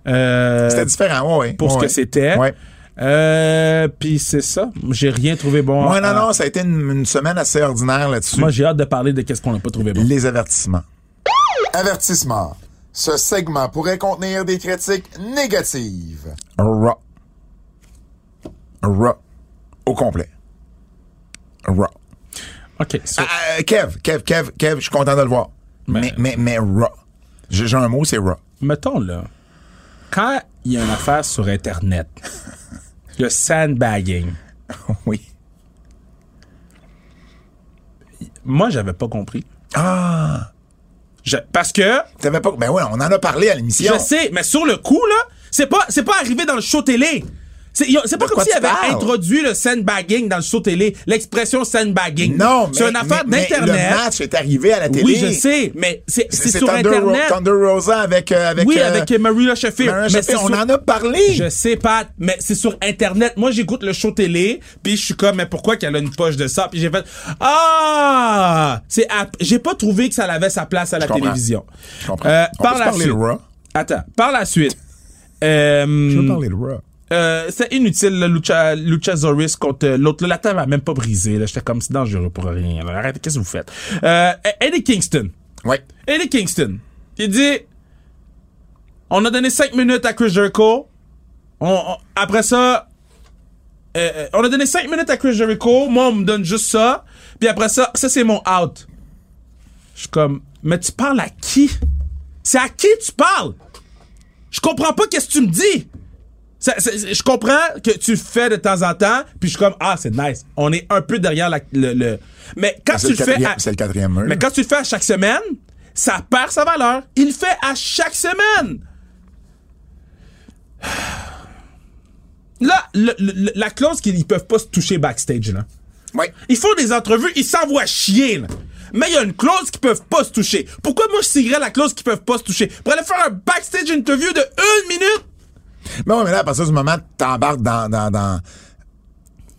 [SPEAKER 3] Euh,
[SPEAKER 2] C'était différent, ouais, ouais.
[SPEAKER 3] pour ce
[SPEAKER 2] ouais.
[SPEAKER 3] que c'était.
[SPEAKER 2] Ouais.
[SPEAKER 3] Euh, puis c'est ça. J'ai rien trouvé bon.
[SPEAKER 2] Ouais, non,
[SPEAKER 3] Euh,
[SPEAKER 2] non, ça a été une, une semaine assez ordinaire là-dessus.
[SPEAKER 3] Moi, j'ai hâte de parler de qu'est-ce qu'on n'a pas trouvé bon.
[SPEAKER 2] Les avertissements. Avertissement. Ce segment pourrait contenir des critiques négatives. Raw. Raw. Au complet. Raw.
[SPEAKER 3] OK. so-
[SPEAKER 2] Ah, euh, Kev, Kev, Kev, Kev, je suis content de le voir. Mais, mais,
[SPEAKER 3] Mais-
[SPEAKER 2] mais raw. J'ai j'ai un mot, c'est raw.
[SPEAKER 3] mettons, là, quand il y a une affaire sur Internet, le sandbagging,
[SPEAKER 2] Oui.
[SPEAKER 3] moi, j'avais pas compris. Ah! parce que,
[SPEAKER 2] T'avais pas. Ben ouais, on en a parlé à l'émission.
[SPEAKER 3] Je sais, mais sur le coup, là, c'est pas, c'est pas arrivé dans le show télé. C'est y a- c'est pas
[SPEAKER 2] De
[SPEAKER 3] comme
[SPEAKER 2] quoi
[SPEAKER 3] s'il
[SPEAKER 2] tu
[SPEAKER 3] avait
[SPEAKER 2] parles?
[SPEAKER 3] introduit le sandbagging dans le show télé, l'expression sandbagging.
[SPEAKER 2] Non, mais.
[SPEAKER 3] C'est une affaire
[SPEAKER 2] mais- mais
[SPEAKER 3] d'Internet.
[SPEAKER 2] Le match est arrivé à la télé.
[SPEAKER 3] Oui, je sais, mais c'est c'est
[SPEAKER 2] C'est
[SPEAKER 3] sur
[SPEAKER 2] Thunder, Ro-
[SPEAKER 3] Internet.
[SPEAKER 2] Thunder Rosa avec. euh, avec
[SPEAKER 3] oui,
[SPEAKER 2] euh,
[SPEAKER 3] avec Maria Shafir.
[SPEAKER 2] Mariah
[SPEAKER 3] Mais
[SPEAKER 2] Shafir.
[SPEAKER 3] c'est
[SPEAKER 2] on
[SPEAKER 3] sur-
[SPEAKER 2] en a parlé.
[SPEAKER 3] Je sais pas, mais c'est sur Internet. Moi, j'écoute le show télé, puis je suis comme, mais pourquoi qu'elle a une poche de ça? Puis j'ai fait, ah! C'est, app- j'ai pas trouvé que ça avait sa place à la
[SPEAKER 2] comprends.
[SPEAKER 3] télévision.
[SPEAKER 2] Je comprends.
[SPEAKER 3] Euh,
[SPEAKER 2] On peut se parler de Raw.
[SPEAKER 3] Attends, par la suite. Euh,
[SPEAKER 2] Je veux parler de raw.
[SPEAKER 3] euh, c'est inutile, là, Lucha, Lucha Zoris contre euh, l'autre. là, La table a même pas brisé. là. J'étais comme, c'est dangereux pour rien. là. Arrêtez, qu'est-ce que vous faites? Euh, Eddie Kingston.
[SPEAKER 2] Ouais.
[SPEAKER 3] Eddie Kingston. Il dit On a donné 5 minutes à Chris Jericho. On- on- après ça, euh, euh, on a donné 5 minutes à Chris Jericho. Moi, on me donne juste ça. Puis après ça, ça, c'est mon out. Je suis comme Mais tu parles à qui C'est à qui tu parles Je comprends pas qu'est-ce que tu me dis. Ça- ça- ça- je comprends que tu le fais de temps en temps, puis je suis comme ah c'est nice. On est un peu derrière la- le, le- Mais quand
[SPEAKER 2] C'est le
[SPEAKER 3] Ah, tu le fais, à-
[SPEAKER 2] quatrième- c'est le quatrième mur.
[SPEAKER 3] mais quand tu le fais à chaque semaine, ça perd sa valeur. Il le fait à chaque semaine. Là, le- le- la clause qu'ils peuvent pas se toucher backstage, là.
[SPEAKER 2] Ouais.
[SPEAKER 3] Ils font des entrevues, ils s'envoient chier, là. Mais il y a une clause qu'ils peuvent pas se toucher. Pourquoi moi je signerais la clause qu'ils peuvent pas se toucher? Pour aller faire un backstage interview de une minute?
[SPEAKER 2] Mais Ben ouais, mais là, à partir du moment que t'embarques dans, dans, dans.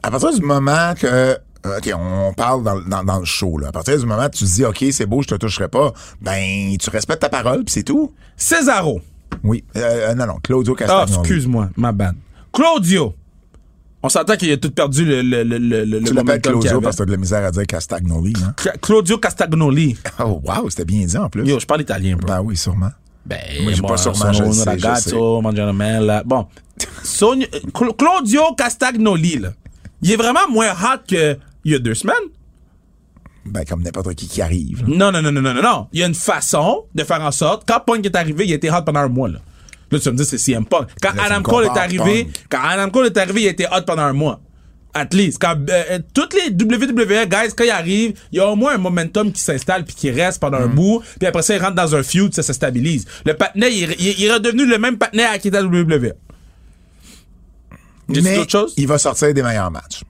[SPEAKER 2] À partir du moment que. euh, OK, on parle dans, dans, dans le show, là. À partir du moment que tu dis, OK, c'est beau, je te toucherai pas, ben, tu respectes ta parole, puis c'est tout.
[SPEAKER 3] Cesaro.
[SPEAKER 2] Oui. Euh, euh, non, non, Claudio
[SPEAKER 3] Ah,
[SPEAKER 2] Castagnoli.
[SPEAKER 3] excuse-moi, ma bad. Claudio. On s'entend qu'il a tout perdu le, le, le, le, le
[SPEAKER 2] Tu l'appelles
[SPEAKER 3] momentum qu'il
[SPEAKER 2] Claudio
[SPEAKER 3] avait.
[SPEAKER 2] parce que t'as de la misère à dire Castagnoli, hein?
[SPEAKER 3] Cla- Claudio Castagnoli.
[SPEAKER 2] Oh, wow, c'était bien dit en plus.
[SPEAKER 3] Yo, je parle italien, bro.
[SPEAKER 2] Ben oui, sûrement.
[SPEAKER 3] Ben,
[SPEAKER 2] Moi, j'ai
[SPEAKER 3] bon,
[SPEAKER 2] pas sûrement,
[SPEAKER 3] sono
[SPEAKER 2] je le
[SPEAKER 3] un
[SPEAKER 2] sais, je
[SPEAKER 3] ragazzo, mangio una mela. Bon. Sonio- Cl- Claudio Castagnoli, là. Il est vraiment moins hot qu'il y a deux semaines?
[SPEAKER 2] Ben, comme n'importe qui qui arrive. là.
[SPEAKER 3] Non, non, non, non, non, non, non. Il y a une façon de faire en sorte. Quand Punk est arrivé, il était hot pendant un mois, là. Là, tu vas me dire, c'est CM Punk. Quand
[SPEAKER 2] Là, tu me
[SPEAKER 3] Adam Cole est
[SPEAKER 2] compares
[SPEAKER 3] arrivé,
[SPEAKER 2] Punk.
[SPEAKER 3] quand Adam Cole est arrivé, il était hot pendant un mois. At least. Quand, euh, euh, toutes les WWE guys, quand ils arrivent, il y a au moins un momentum qui s'installe puis qui reste pendant
[SPEAKER 2] Mm.
[SPEAKER 3] un bout. Puis après ça, ils rentrent dans un feud, ça se stabilise. Le patinet, il, est- il est- il est redevenu le même patinet à qui était à WWE. J'ai dit
[SPEAKER 2] Mais
[SPEAKER 3] autre chose?
[SPEAKER 2] il va sortir des meilleurs matchs.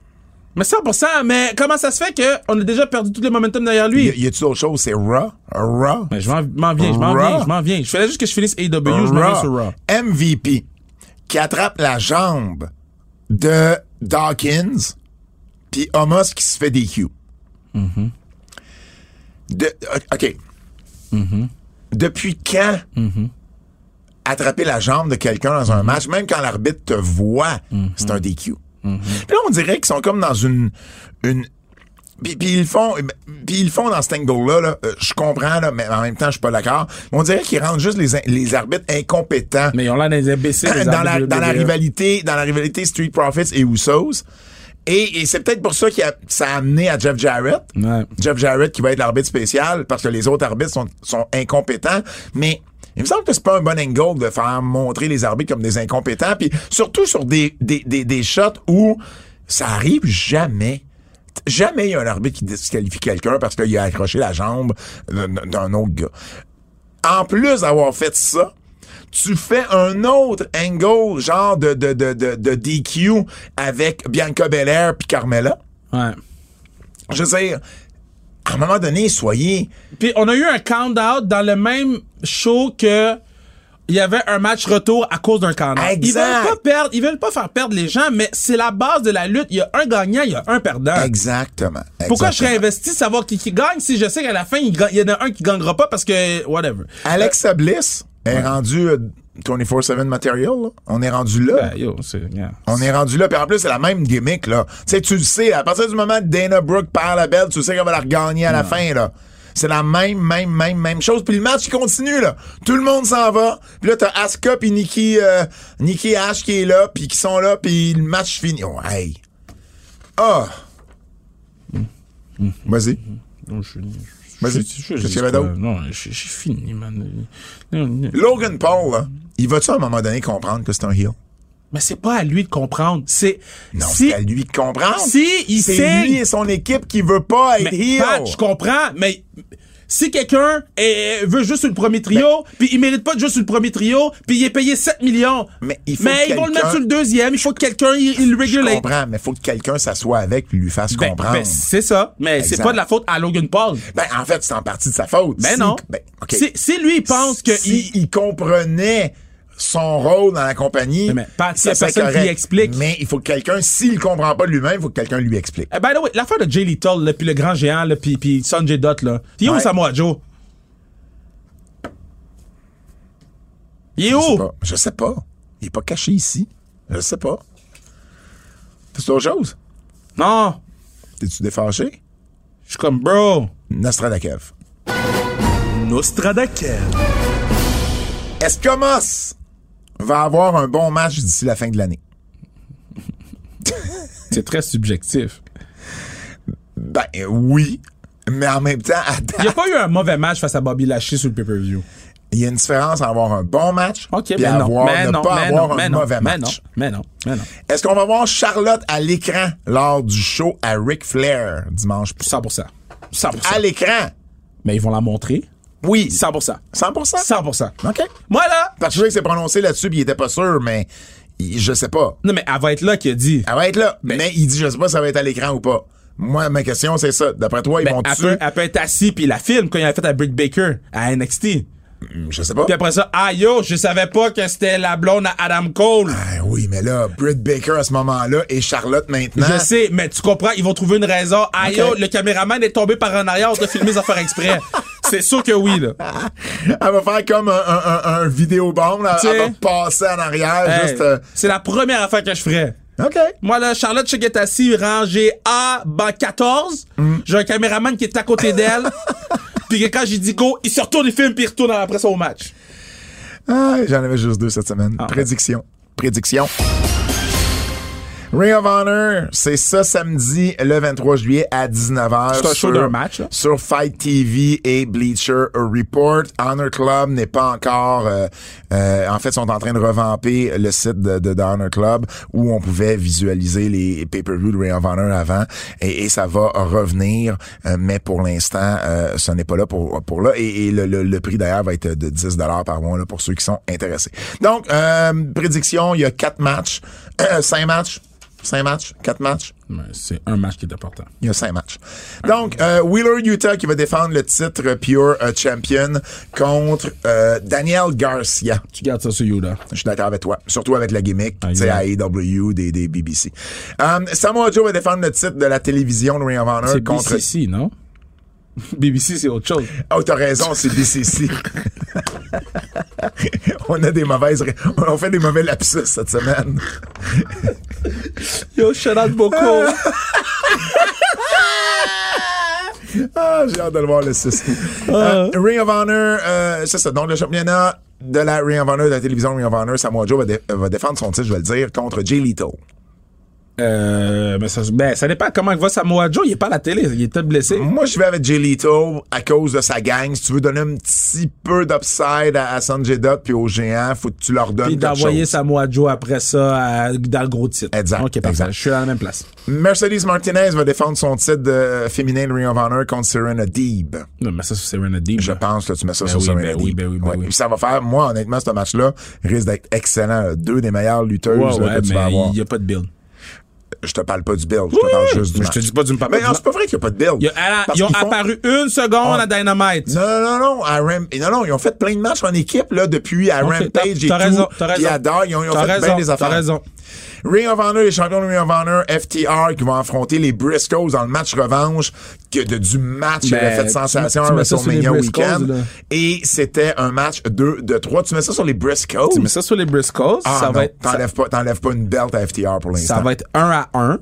[SPEAKER 3] Mais 100%, mais comment ça se fait qu'on a déjà perdu tout le momentum derrière lui?
[SPEAKER 2] Y y a-tu d'autres choses? C'est Raw? Raw?
[SPEAKER 3] Mais je m'en- m'en viens, je m'en
[SPEAKER 2] Raw.
[SPEAKER 3] viens, je m'en viens. Je fallait juste que je finisse AW, je m'en viens sur Raw.
[SPEAKER 2] MVP qui attrape la jambe de Dawkins puis Homos qui se fait des Q. De, OK. Depuis quand attraper la jambe de quelqu'un dans un match, même quand l'arbitre te voit, c'est un DQ. Puis là, on dirait qu'ils sont comme dans une... une puis, puis ils le font, puis ils le font dans cet angle-là. là. Euh, Je comprends, là, mais en même temps, je suis pas d'accord. On dirait qu'ils rendent juste les, in- les arbitres incompétents
[SPEAKER 3] Mais ils ont l'air des imbéciles. les
[SPEAKER 2] dans la,
[SPEAKER 3] arbitres
[SPEAKER 2] dans la
[SPEAKER 3] WWE.
[SPEAKER 2] rivalité, dans la rivalité Street Profits et Usos. Et, et c'est peut-être pour ça que ça a amené à Jeff Jarrett.
[SPEAKER 3] Ouais.
[SPEAKER 2] Jeff Jarrett qui va être l'arbitre spécial parce que les autres arbitres sont, sont incompétents. Mais il me semble que c'est pas un bon angle de faire montrer les arbitres comme des incompétents. Puis surtout sur des, des, des, des shots où ça arrive jamais. Jamais il y a un arbitre qui disqualifie quelqu'un parce qu'il a accroché la jambe d'un- d'un autre gars. En plus d'avoir fait ça, tu fais un autre angle genre de, de, de, de, de DQ avec Bianca Belair puis Carmella.
[SPEAKER 3] Ouais.
[SPEAKER 2] Je veux dire, à un moment donné, soyez.
[SPEAKER 3] Puis on a eu un count-out dans le même show que il y avait un match retour à cause d'un count-out. Ils
[SPEAKER 2] Exact.
[SPEAKER 3] veulent pas perdre, ils veulent pas faire perdre les gens, mais c'est la base de la lutte. Il y a un gagnant, il y a un perdant.
[SPEAKER 2] Exactement. Exactement.
[SPEAKER 3] Pourquoi je serais investi de savoir qui, qui gagne si je sais qu'à la fin, il, ga- il y en a un qui gagnera pas parce que, whatever.
[SPEAKER 2] Alexa Bliss est rendu euh, 24-7 Material. là. On est rendu là.
[SPEAKER 3] Ben, yo, c'est, yeah.
[SPEAKER 2] On est rendu là. Puis en plus, c'est la même gimmick. Là. Tu sais, tu le sais, à partir du moment que Dana Brooke perd la belle, tu sais qu'elle va la regagner à la fin. là. C'est la même, même, même, même chose. Puis le match il continue, là. Tout le monde s'en va. Puis là, t'as Asuka puis Nikki, euh, Nikki Ash qui est là, puis qui sont là, puis le match finit. Oh, hey. Ah.
[SPEAKER 3] Mm-hmm.
[SPEAKER 2] Vas-y.
[SPEAKER 3] Non, je suis-
[SPEAKER 2] Vas-y.
[SPEAKER 3] je suis- je suis-
[SPEAKER 2] Qu'est-ce
[SPEAKER 3] je
[SPEAKER 2] qu'il y avait
[SPEAKER 3] suis-
[SPEAKER 2] d'autre?
[SPEAKER 3] Non, j'ai j'ai fini, man. Non, non.
[SPEAKER 2] Logan Paul, là, il va-tu à un moment donné comprendre que c'est un heel?
[SPEAKER 3] Mais c'est pas à lui de comprendre. C'est
[SPEAKER 2] Non,
[SPEAKER 3] si
[SPEAKER 2] c'est à lui de comprendre.
[SPEAKER 3] si il
[SPEAKER 2] c'est lui
[SPEAKER 3] saigne,
[SPEAKER 2] et son équipe qui veut pas être
[SPEAKER 3] mais
[SPEAKER 2] heel.
[SPEAKER 3] Pat, je comprends, mais si quelqu'un est- veut juste sur le premier trio,
[SPEAKER 2] Ben-
[SPEAKER 3] puis il mérite pas de juste sur le premier trio, puis il est payé 7 millions.
[SPEAKER 2] Mais il faut que
[SPEAKER 3] ils vont le mettre
[SPEAKER 2] quelqu'un-
[SPEAKER 3] sur le deuxième, il faut que quelqu'un il, il le
[SPEAKER 2] Je
[SPEAKER 3] régulate.
[SPEAKER 2] comprends, mais faut que quelqu'un s'assoie avec et lui fasse
[SPEAKER 3] Ben,
[SPEAKER 2] comprendre.
[SPEAKER 3] ben, c'est ça, mais c'est
[SPEAKER 2] Exact.
[SPEAKER 3] pas de la faute à Logan Paul.
[SPEAKER 2] Ben, en fait, c'est en partie de sa faute.
[SPEAKER 3] Ben
[SPEAKER 2] Si-
[SPEAKER 3] non.
[SPEAKER 2] Ben, OK.
[SPEAKER 3] si, si lui il pense que
[SPEAKER 2] Si
[SPEAKER 3] il-
[SPEAKER 2] il comprenait son rôle dans la compagnie,
[SPEAKER 3] Mais
[SPEAKER 2] ça
[SPEAKER 3] Pat, s'il y a
[SPEAKER 2] serait
[SPEAKER 3] personne qui
[SPEAKER 2] correct.
[SPEAKER 3] lui explique.
[SPEAKER 2] Mais il faut que quelqu'un, s'il comprend pas de lui-même, il faut que quelqu'un lui explique.
[SPEAKER 3] Eh, By the way, l'affaire de Jay Little, là, puis le grand géant, là, puis, puis Sanjay Dutt, là. Il est où
[SPEAKER 2] Ouais.
[SPEAKER 3] Samoa Joe? Il est
[SPEAKER 2] Je sais
[SPEAKER 3] où?
[SPEAKER 2] pas. Je sais pas. Il est pas caché ici. Je sais pas. C'est autre chose.
[SPEAKER 3] Non.
[SPEAKER 2] T'es-tu défâché?
[SPEAKER 3] Je suis comme, bro.
[SPEAKER 2] Nostradakev.
[SPEAKER 3] Nostradakel.
[SPEAKER 2] Est-ce que Moss va avoir un bon match d'ici la fin de l'année?
[SPEAKER 3] C'est très subjectif.
[SPEAKER 2] Ben euh, oui, mais en même temps, à date,
[SPEAKER 3] Il n'y a pas eu un mauvais match face à Bobby Lashley sur le pay-per-view.
[SPEAKER 2] il y a une différence à avoir un bon match
[SPEAKER 3] OK,
[SPEAKER 2] et
[SPEAKER 3] mais non.
[SPEAKER 2] avoir
[SPEAKER 3] Mais
[SPEAKER 2] ne
[SPEAKER 3] non,
[SPEAKER 2] pas
[SPEAKER 3] mais
[SPEAKER 2] avoir
[SPEAKER 3] non, mais
[SPEAKER 2] un
[SPEAKER 3] non,
[SPEAKER 2] mauvais
[SPEAKER 3] mais non,
[SPEAKER 2] match.
[SPEAKER 3] mais non, mais non.
[SPEAKER 2] Est-ce qu'on va voir Charlotte à l'écran lors du show à Ric Flair dimanche?
[SPEAKER 3] 100%. 100%.
[SPEAKER 2] À l'écran!
[SPEAKER 3] Mais ils vont la montrer.
[SPEAKER 2] Oui.
[SPEAKER 3] 100%.
[SPEAKER 2] 100%?
[SPEAKER 3] 100%.
[SPEAKER 2] OK.
[SPEAKER 3] Moi, là.
[SPEAKER 2] Parce que je sais que c'est prononcé là-dessus, puis il était pas sûr, mais il- je sais pas.
[SPEAKER 3] Non, mais elle va être là qui a dit.
[SPEAKER 2] Elle va être là, mais, il dit je sais pas si ça va être à l'écran ou pas. Moi, ma question, c'est ça. D'après toi, ils
[SPEAKER 3] Ben,
[SPEAKER 2] vont
[SPEAKER 3] elle, peut,
[SPEAKER 2] dessus?
[SPEAKER 3] elle peut être assise puis la film quand il a fait à Britt Baker à NXT.
[SPEAKER 2] Hmm, Je sais pas.
[SPEAKER 3] Puis après ça, ah yo, je savais pas que c'était la blonde à Adam Cole.
[SPEAKER 2] Ah oui, mais là, Britt Baker à ce moment-là et Charlotte maintenant.
[SPEAKER 3] Je sais, mais tu comprends, ils vont trouver une raison. Ah
[SPEAKER 2] Ok.
[SPEAKER 3] yo, le caméraman est tombé par en arrière, on t'a filmé sans faire exprès. C'est sûr que oui, là.
[SPEAKER 2] Elle va faire comme un, un, un, un vidéobombe, là.
[SPEAKER 3] Tu
[SPEAKER 2] Elle va
[SPEAKER 3] sais.
[SPEAKER 2] passer en arrière,
[SPEAKER 3] Hey,
[SPEAKER 2] juste... euh,
[SPEAKER 3] C'est la première affaire que je ferais.
[SPEAKER 2] OK.
[SPEAKER 3] Moi, là, Charlotte Cheguetassi, rangée A, ban 14. J'ai un caméraman qui est à côté d'elle. Puis que quand j'ai dit go, il se retourne, il filme, puis il retourne après ça au match.
[SPEAKER 2] Ah, j'en avais juste deux cette semaine.
[SPEAKER 3] Ah,
[SPEAKER 2] Prédiction. Prédiction. Ring of Honor, c'est ce samedi, le 23 juillet à 19h.
[SPEAKER 3] C'est un show
[SPEAKER 2] sur-
[SPEAKER 3] d'un match, là.
[SPEAKER 2] Sur Fight TV et Bleacher Report. Honor Club n'est pas encore... euh, euh, en fait, sont en train de revamper le site de, de, de Honor Club où on pouvait visualiser les pay-per-view de Ring of Honor avant. Et, et ça va revenir, euh, mais pour l'instant, euh, ce n'est pas là pour, pour là. Et, et le, le- le prix, d'ailleurs, va être de 10 par mois là, pour ceux qui sont intéressés. Donc, euh, prédiction, il y a quatre matchs. Euh, cinq matchs. Cinq matchs. Quatre matchs.
[SPEAKER 3] C'est un match qui est important.
[SPEAKER 2] Il y a cinq matchs. Donc, euh, Wheeler Utah qui va défendre le titre Pure euh, Champion contre euh, Daniel Garcia.
[SPEAKER 3] Tu gardes ça sur Yoda.
[SPEAKER 2] Je suis d'accord avec toi. Surtout avec la gimmick,
[SPEAKER 3] Ah,
[SPEAKER 2] tu sais,
[SPEAKER 3] yeah.
[SPEAKER 2] à AEW des, des BBC. Euh, Samoa Joe va défendre le titre de la télévision de Ring of Honor
[SPEAKER 3] C'est
[SPEAKER 2] contre...
[SPEAKER 3] BBC, non? BBC, c'est autre chose.
[SPEAKER 2] Oh, t'as raison, c'est BCC. on a des mauvaises... ré- On fait des mauvais lapsus cette semaine.
[SPEAKER 3] Yo, shout out beaucoup.
[SPEAKER 2] Ah, j'ai hâte de le voir le 6. Euh,
[SPEAKER 3] Ah.
[SPEAKER 2] Ring of Honor, euh, c'est ça. Donc, le championnat de la Ring of Honor, de la télévision Ring of Honor, Samoa Joe va, dé- euh, va défendre son titre, je vais le dire, contre Jay Leto.
[SPEAKER 3] euh, mais ça, ben, ça dépend comment va Samoa Joe. Il est pas à la télé. Il est peut-être blessé.
[SPEAKER 2] Moi, je vais avec Jay Leto à cause de sa gang. Si tu veux donner un petit peu d'upside à, à Sanjay Dutt puis aux géants, faut que tu leur donnes
[SPEAKER 3] Puis
[SPEAKER 2] quelque
[SPEAKER 3] d'envoyer
[SPEAKER 2] chose.
[SPEAKER 3] Samoa Joe après ça à- dans le gros titre.
[SPEAKER 2] Exact,
[SPEAKER 3] Ok, parfait.
[SPEAKER 2] exact.
[SPEAKER 3] Je suis à la même place.
[SPEAKER 2] Mercedes Martinez va défendre son titre de euh, féminin de Ring of Honor contre Serena Deeb.
[SPEAKER 3] Non, mais ça, c'est Serena Deeb.
[SPEAKER 2] Je
[SPEAKER 3] là.
[SPEAKER 2] pense que tu mets ça
[SPEAKER 3] Ben
[SPEAKER 2] sur
[SPEAKER 3] oui,
[SPEAKER 2] Serena
[SPEAKER 3] ben oui,
[SPEAKER 2] Deeb.
[SPEAKER 3] ben oui, ben
[SPEAKER 2] Ouais.
[SPEAKER 3] oui.
[SPEAKER 2] Puis ça va faire, moi, honnêtement, ce match-là risque d'être excellent. là. Deux des meilleures lutteuses
[SPEAKER 3] Ouais,
[SPEAKER 2] là,
[SPEAKER 3] ouais,
[SPEAKER 2] que tu vas
[SPEAKER 3] mais
[SPEAKER 2] avoir.
[SPEAKER 3] il n'y a pas de build.
[SPEAKER 2] je te parle pas du build, je te parle juste du
[SPEAKER 3] Mais
[SPEAKER 2] match.
[SPEAKER 3] je te dis pas du- me parle
[SPEAKER 2] Mais
[SPEAKER 3] pas
[SPEAKER 2] non,
[SPEAKER 3] du-
[SPEAKER 2] c'est pas vrai qu'il n'y a pas de build.
[SPEAKER 3] Il y a- alors,
[SPEAKER 2] Parce
[SPEAKER 3] ils ont
[SPEAKER 2] qu'ils font-
[SPEAKER 3] apparu une seconde à Dynamite.
[SPEAKER 2] Non, non, non, non, à Ram- et non, non, ils ont fait plein de matchs en équipe, là, depuis à
[SPEAKER 3] Ok,
[SPEAKER 2] Rampage et
[SPEAKER 3] t'as
[SPEAKER 2] tout.
[SPEAKER 3] raison, t'as
[SPEAKER 2] Puis
[SPEAKER 3] raison.
[SPEAKER 2] à Dark, ils ont, ils ont
[SPEAKER 3] T'as
[SPEAKER 2] fait
[SPEAKER 3] raison,
[SPEAKER 2] bien des affaires.
[SPEAKER 3] t'as raison.
[SPEAKER 2] Ring of Honor, les champions de Ring of Honor, FTR, qui vont affronter les Briscoes dans le match revanche que de, du match qui
[SPEAKER 3] Ben,
[SPEAKER 2] avait fait
[SPEAKER 3] tu-
[SPEAKER 2] sensation
[SPEAKER 3] tu
[SPEAKER 2] à
[SPEAKER 3] mets ça sur les
[SPEAKER 2] WrestleMania
[SPEAKER 3] Briscoes,
[SPEAKER 2] week-end.
[SPEAKER 3] là.
[SPEAKER 2] Et c'était un match 2 de 3. Tu mets ça sur les Briscoes?
[SPEAKER 3] Tu mets ça sur les Briscoes.
[SPEAKER 2] Ah,
[SPEAKER 3] ça,
[SPEAKER 2] non,
[SPEAKER 3] va être, ça,
[SPEAKER 2] T'enlèves pas, t'enlèves pas une belt à FTR pour l'instant.
[SPEAKER 3] ça va être un à un.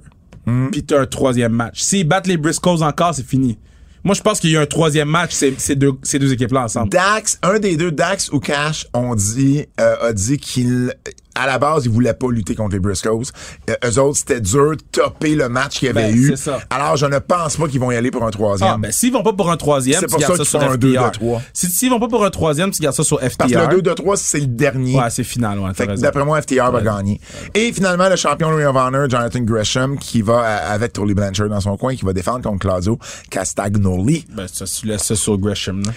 [SPEAKER 2] Hmm.
[SPEAKER 3] Puis t'as un troisième match. S'ils battent les Briscoes encore, c'est fini. Moi, je pense qu'il y a un troisième match, ces, ces deux, ces deux équipes-là ensemble.
[SPEAKER 2] Dax, un des deux, Dax ou Cash, ont dit, euh, a dit qu'il, à la base, ils voulaient pas lutter contre les Briscoes. Euh, eux autres, c'était dur de topper le match qu'il y avait
[SPEAKER 3] Ben,
[SPEAKER 2] eu.
[SPEAKER 3] c'est ça.
[SPEAKER 2] Alors, je ne pense pas qu'ils vont y aller pour un troisième.
[SPEAKER 3] Ah, ben, s'ils vont pas pour un troisième,
[SPEAKER 2] C'est
[SPEAKER 3] tu
[SPEAKER 2] pour
[SPEAKER 3] gardes
[SPEAKER 2] ça
[SPEAKER 3] ça,
[SPEAKER 2] qu'ils font
[SPEAKER 3] sur
[SPEAKER 2] un
[SPEAKER 3] FTR.
[SPEAKER 2] deux de trois.
[SPEAKER 3] Si, s'ils vont pas pour un troisième, tu gardes ça sur FTR.
[SPEAKER 2] Parce que le 2 de 3, c'est le dernier.
[SPEAKER 3] Ouais, c'est final, ouais, t'as
[SPEAKER 2] Fait que
[SPEAKER 3] raison.
[SPEAKER 2] d'après moi, FTR va gagner. Et finalement, le champion de Ring of Honor, Jonathan Gresham, qui va, euh, avec Tully Blanchard dans son coin, qui va défendre contre Claudio Castagnoli.
[SPEAKER 3] Ben, ça, tu laisses ça sur Gresham, là.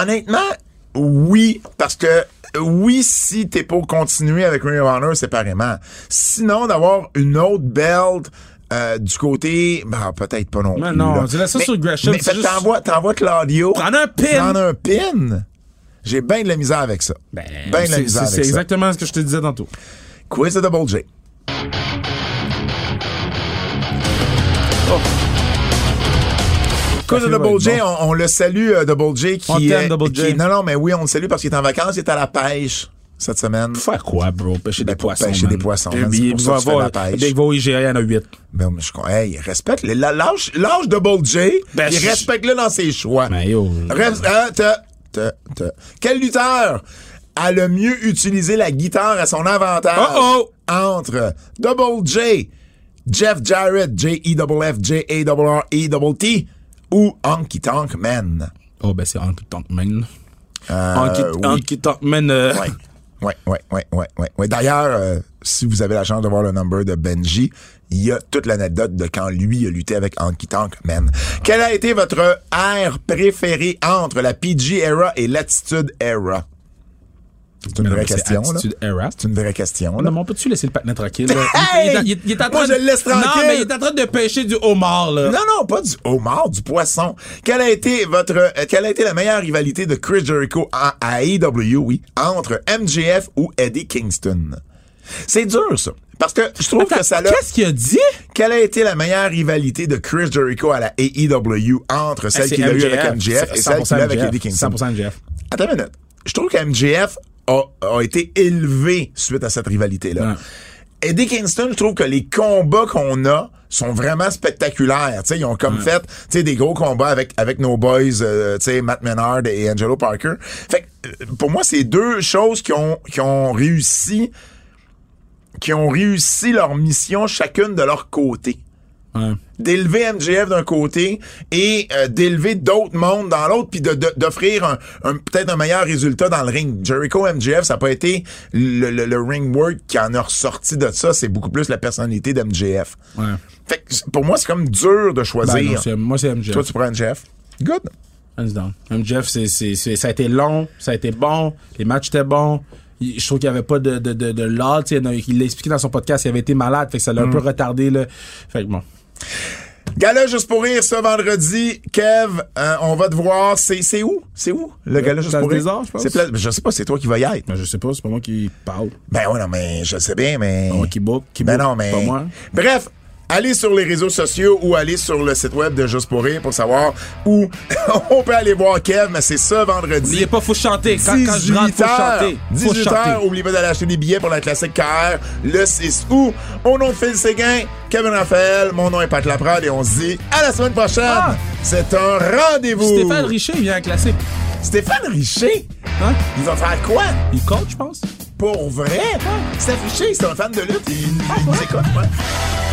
[SPEAKER 2] Honnêtement, oui, parce que euh, oui, si t'es pour continuer avec Ring of Honor séparément. Sinon, d'avoir une autre belt euh, du côté, ben, peut-être pas non
[SPEAKER 3] Mais
[SPEAKER 2] plus,
[SPEAKER 3] non,
[SPEAKER 2] là.
[SPEAKER 3] tu laisses ça sur Gresham,
[SPEAKER 2] Mais
[SPEAKER 3] c'est
[SPEAKER 2] fait que
[SPEAKER 3] juste-
[SPEAKER 2] t'envoies, t'envoies Claudio.
[SPEAKER 3] Prends un pin.
[SPEAKER 2] Prends un pin. J'ai bien de la misère avec ça. Ben, de la misère
[SPEAKER 3] c'est, c'est- c'est
[SPEAKER 2] avec ça.
[SPEAKER 3] exactement ce que je te disais tantôt.
[SPEAKER 2] Quiz de Double J. Quiz de
[SPEAKER 3] va
[SPEAKER 2] Double
[SPEAKER 3] être
[SPEAKER 2] J, on, on le salue, euh, Double J. Qui
[SPEAKER 3] On
[SPEAKER 2] est-
[SPEAKER 3] t'aime, Double J.
[SPEAKER 2] qui- non, non, mais oui, on le salue parce qu'il est en vacances, il est à la pêche cette semaine.
[SPEAKER 3] Faire quoi, bro? Pêcher des
[SPEAKER 2] Ben, pour
[SPEAKER 3] poissons.
[SPEAKER 2] pêcher
[SPEAKER 3] man.
[SPEAKER 2] des poissons, man, c'est
[SPEAKER 3] Il
[SPEAKER 2] pour ça
[SPEAKER 3] va
[SPEAKER 2] que tu fais
[SPEAKER 3] voir.
[SPEAKER 2] la pêche.
[SPEAKER 3] Dès qu'il va au IGA, il y en a 8.
[SPEAKER 2] Ben, mais je con- hey, respecte le la- lâche, lâche Double J,
[SPEAKER 3] Ben,
[SPEAKER 2] puis
[SPEAKER 3] je-
[SPEAKER 2] respecte-le dans ses choix.
[SPEAKER 3] Ben, yo.
[SPEAKER 2] Res- hein, t'as- t'as- t'as- Quel lutteur a le mieux utilisé la guitare à son avantage
[SPEAKER 3] Oh, oh!
[SPEAKER 2] entre Double J, Jeff Jarrett, E J-E-F-F, J-A-R-R-E-T E ou Honky Tonk Man?
[SPEAKER 3] Oh, ben, c'est Honky Tonk Man.
[SPEAKER 2] Euh,
[SPEAKER 3] Honky
[SPEAKER 2] oui.
[SPEAKER 3] Honky Tonk Man. euh,
[SPEAKER 2] Ouais. Ouais, ouais, ouais, ouais, ouais, ouais. D'ailleurs, euh, si vous avez la chance de voir le number de Benji, il y a toute l'anecdote de quand lui a lutté avec Honky Tonk Man. Quelle a été votre air préférée entre la PG era et l'attitude era? C'est une
[SPEAKER 3] Mais non,
[SPEAKER 2] vraie
[SPEAKER 3] mais c'est
[SPEAKER 2] question, là.
[SPEAKER 3] Attitude Era.
[SPEAKER 2] C'est une vraie question,
[SPEAKER 3] Non,
[SPEAKER 2] là.
[SPEAKER 3] mais on peut-tu laisser le patinet tranquille? là?
[SPEAKER 2] Hey!
[SPEAKER 3] Il, est- il est- il est en
[SPEAKER 2] Moi,
[SPEAKER 3] train
[SPEAKER 2] je le laisse
[SPEAKER 3] Non,
[SPEAKER 2] tranquille.
[SPEAKER 3] mais il est en train de pêcher du homard, là.
[SPEAKER 2] Non, non, pas du homard, du poisson. Quelle a été votre, euh, quelle a été la meilleure rivalité de Chris Jericho E à, à AEW, oui, entre MJF ou Eddie Kingston? C'est dur, ça. Parce que je trouve
[SPEAKER 3] Attends,
[SPEAKER 2] que ça l'a.
[SPEAKER 3] Qu'est-ce qu'il a dit?
[SPEAKER 2] Quelle a été la meilleure rivalité de Chris Jericho à la AEW entre celle
[SPEAKER 3] Ah, C'est
[SPEAKER 2] qu'il a eue
[SPEAKER 3] MJF.
[SPEAKER 2] avec MJF et celle qu'il
[SPEAKER 3] C'est
[SPEAKER 2] a
[SPEAKER 3] 100%
[SPEAKER 2] eue avec
[SPEAKER 3] MJF.
[SPEAKER 2] Eddie Kingston?
[SPEAKER 3] 100% MJF.
[SPEAKER 2] Attends une minute. Je trouve que MJF a, a été élevé suite à cette rivalité-là.
[SPEAKER 3] Ouais.
[SPEAKER 2] Eddie Kingston, je trouve que les combats qu'on a sont vraiment spectaculaires. Tu sais, ils ont comme fait tu sais, des gros combats avec, avec nos boys, euh, tu sais, Matt Menard et Angelo Parker. Fait que, euh, pour moi, c'est deux choses qui ont, qui ont réussi qui ont réussi leur mission chacune de leur côté
[SPEAKER 3] Ouais.
[SPEAKER 2] d'élever MJF d'un côté et euh, d'élever d'autres mondes dans l'autre puis de- de- d'offrir un, un- peut-être un meilleur résultat dans le ring. Jericho MJF, ça n'a pas été le, le- le ring work qui en a ressorti de ça, c'est beaucoup plus la personnalité d'MJF.
[SPEAKER 3] Ouais.
[SPEAKER 2] Fait que c'est- pour moi, c'est comme dur de
[SPEAKER 3] Ben non,
[SPEAKER 2] choisir.
[SPEAKER 3] c'est- moi, c'est MJF.
[SPEAKER 2] Toi, tu prends MJF. Good.
[SPEAKER 3] Hands down. MJF, c'est, c'est, c'est- ça a été long, ça a été bon, les matchs étaient bons. Il- Je trouve qu'il n'y avait pas de, de, de, de lull, tu sais, Il y en a- il l'a expliqué dans son podcast, il avait été malade, fait que ça
[SPEAKER 2] Mm.
[SPEAKER 3] l'a un peu retardé. Là. Fait que bon.
[SPEAKER 2] Gala juste pour rire ce vendredi. Kev, euh, on va te voir. C'est c'est où? C'est où? Le gala juste
[SPEAKER 3] Euh, Place
[SPEAKER 2] pour
[SPEAKER 3] des
[SPEAKER 2] rire?
[SPEAKER 3] Arts, je pense.
[SPEAKER 2] C'est place- Je sais pas, c'est toi qui vas y être.
[SPEAKER 3] Ben, je sais pas, c'est pas moi qui parle.
[SPEAKER 2] Ben ouais, non, mais je le sais bien, mais...
[SPEAKER 3] Moi Oh, qui book, qui
[SPEAKER 2] Ben
[SPEAKER 3] book,
[SPEAKER 2] non, mais.
[SPEAKER 3] pas moi.
[SPEAKER 2] Bref, allez sur les réseaux sociaux ou allez sur le site web de Juste pour rire pour savoir où on peut aller voir Kev, mais c'est ce vendredi.
[SPEAKER 3] N'oubliez pas, faut chanter. Quand, quand je rentre,
[SPEAKER 2] 18
[SPEAKER 3] faut
[SPEAKER 2] heures,
[SPEAKER 3] chanter. Faut
[SPEAKER 2] 18
[SPEAKER 3] chanter.
[SPEAKER 2] heures, oubliez pas d'aller acheter des billets pour la classique KR le 6 août. Au nom de Phil Séguin, Kevin Raphaël, mon nom est Pat Laprade et on se dit à la semaine prochaine.
[SPEAKER 3] Ah!
[SPEAKER 2] C'est un rendez-vous.
[SPEAKER 3] Stéphane Richer, il vient un classique.
[SPEAKER 2] Stéphane Richer,
[SPEAKER 3] Hein?
[SPEAKER 2] il va faire quoi?
[SPEAKER 3] Il coach, je pense.
[SPEAKER 2] hein? Pour vrai? Stéphane Richer, c'est un fan de lutte. Il, il nous écoute, ouais.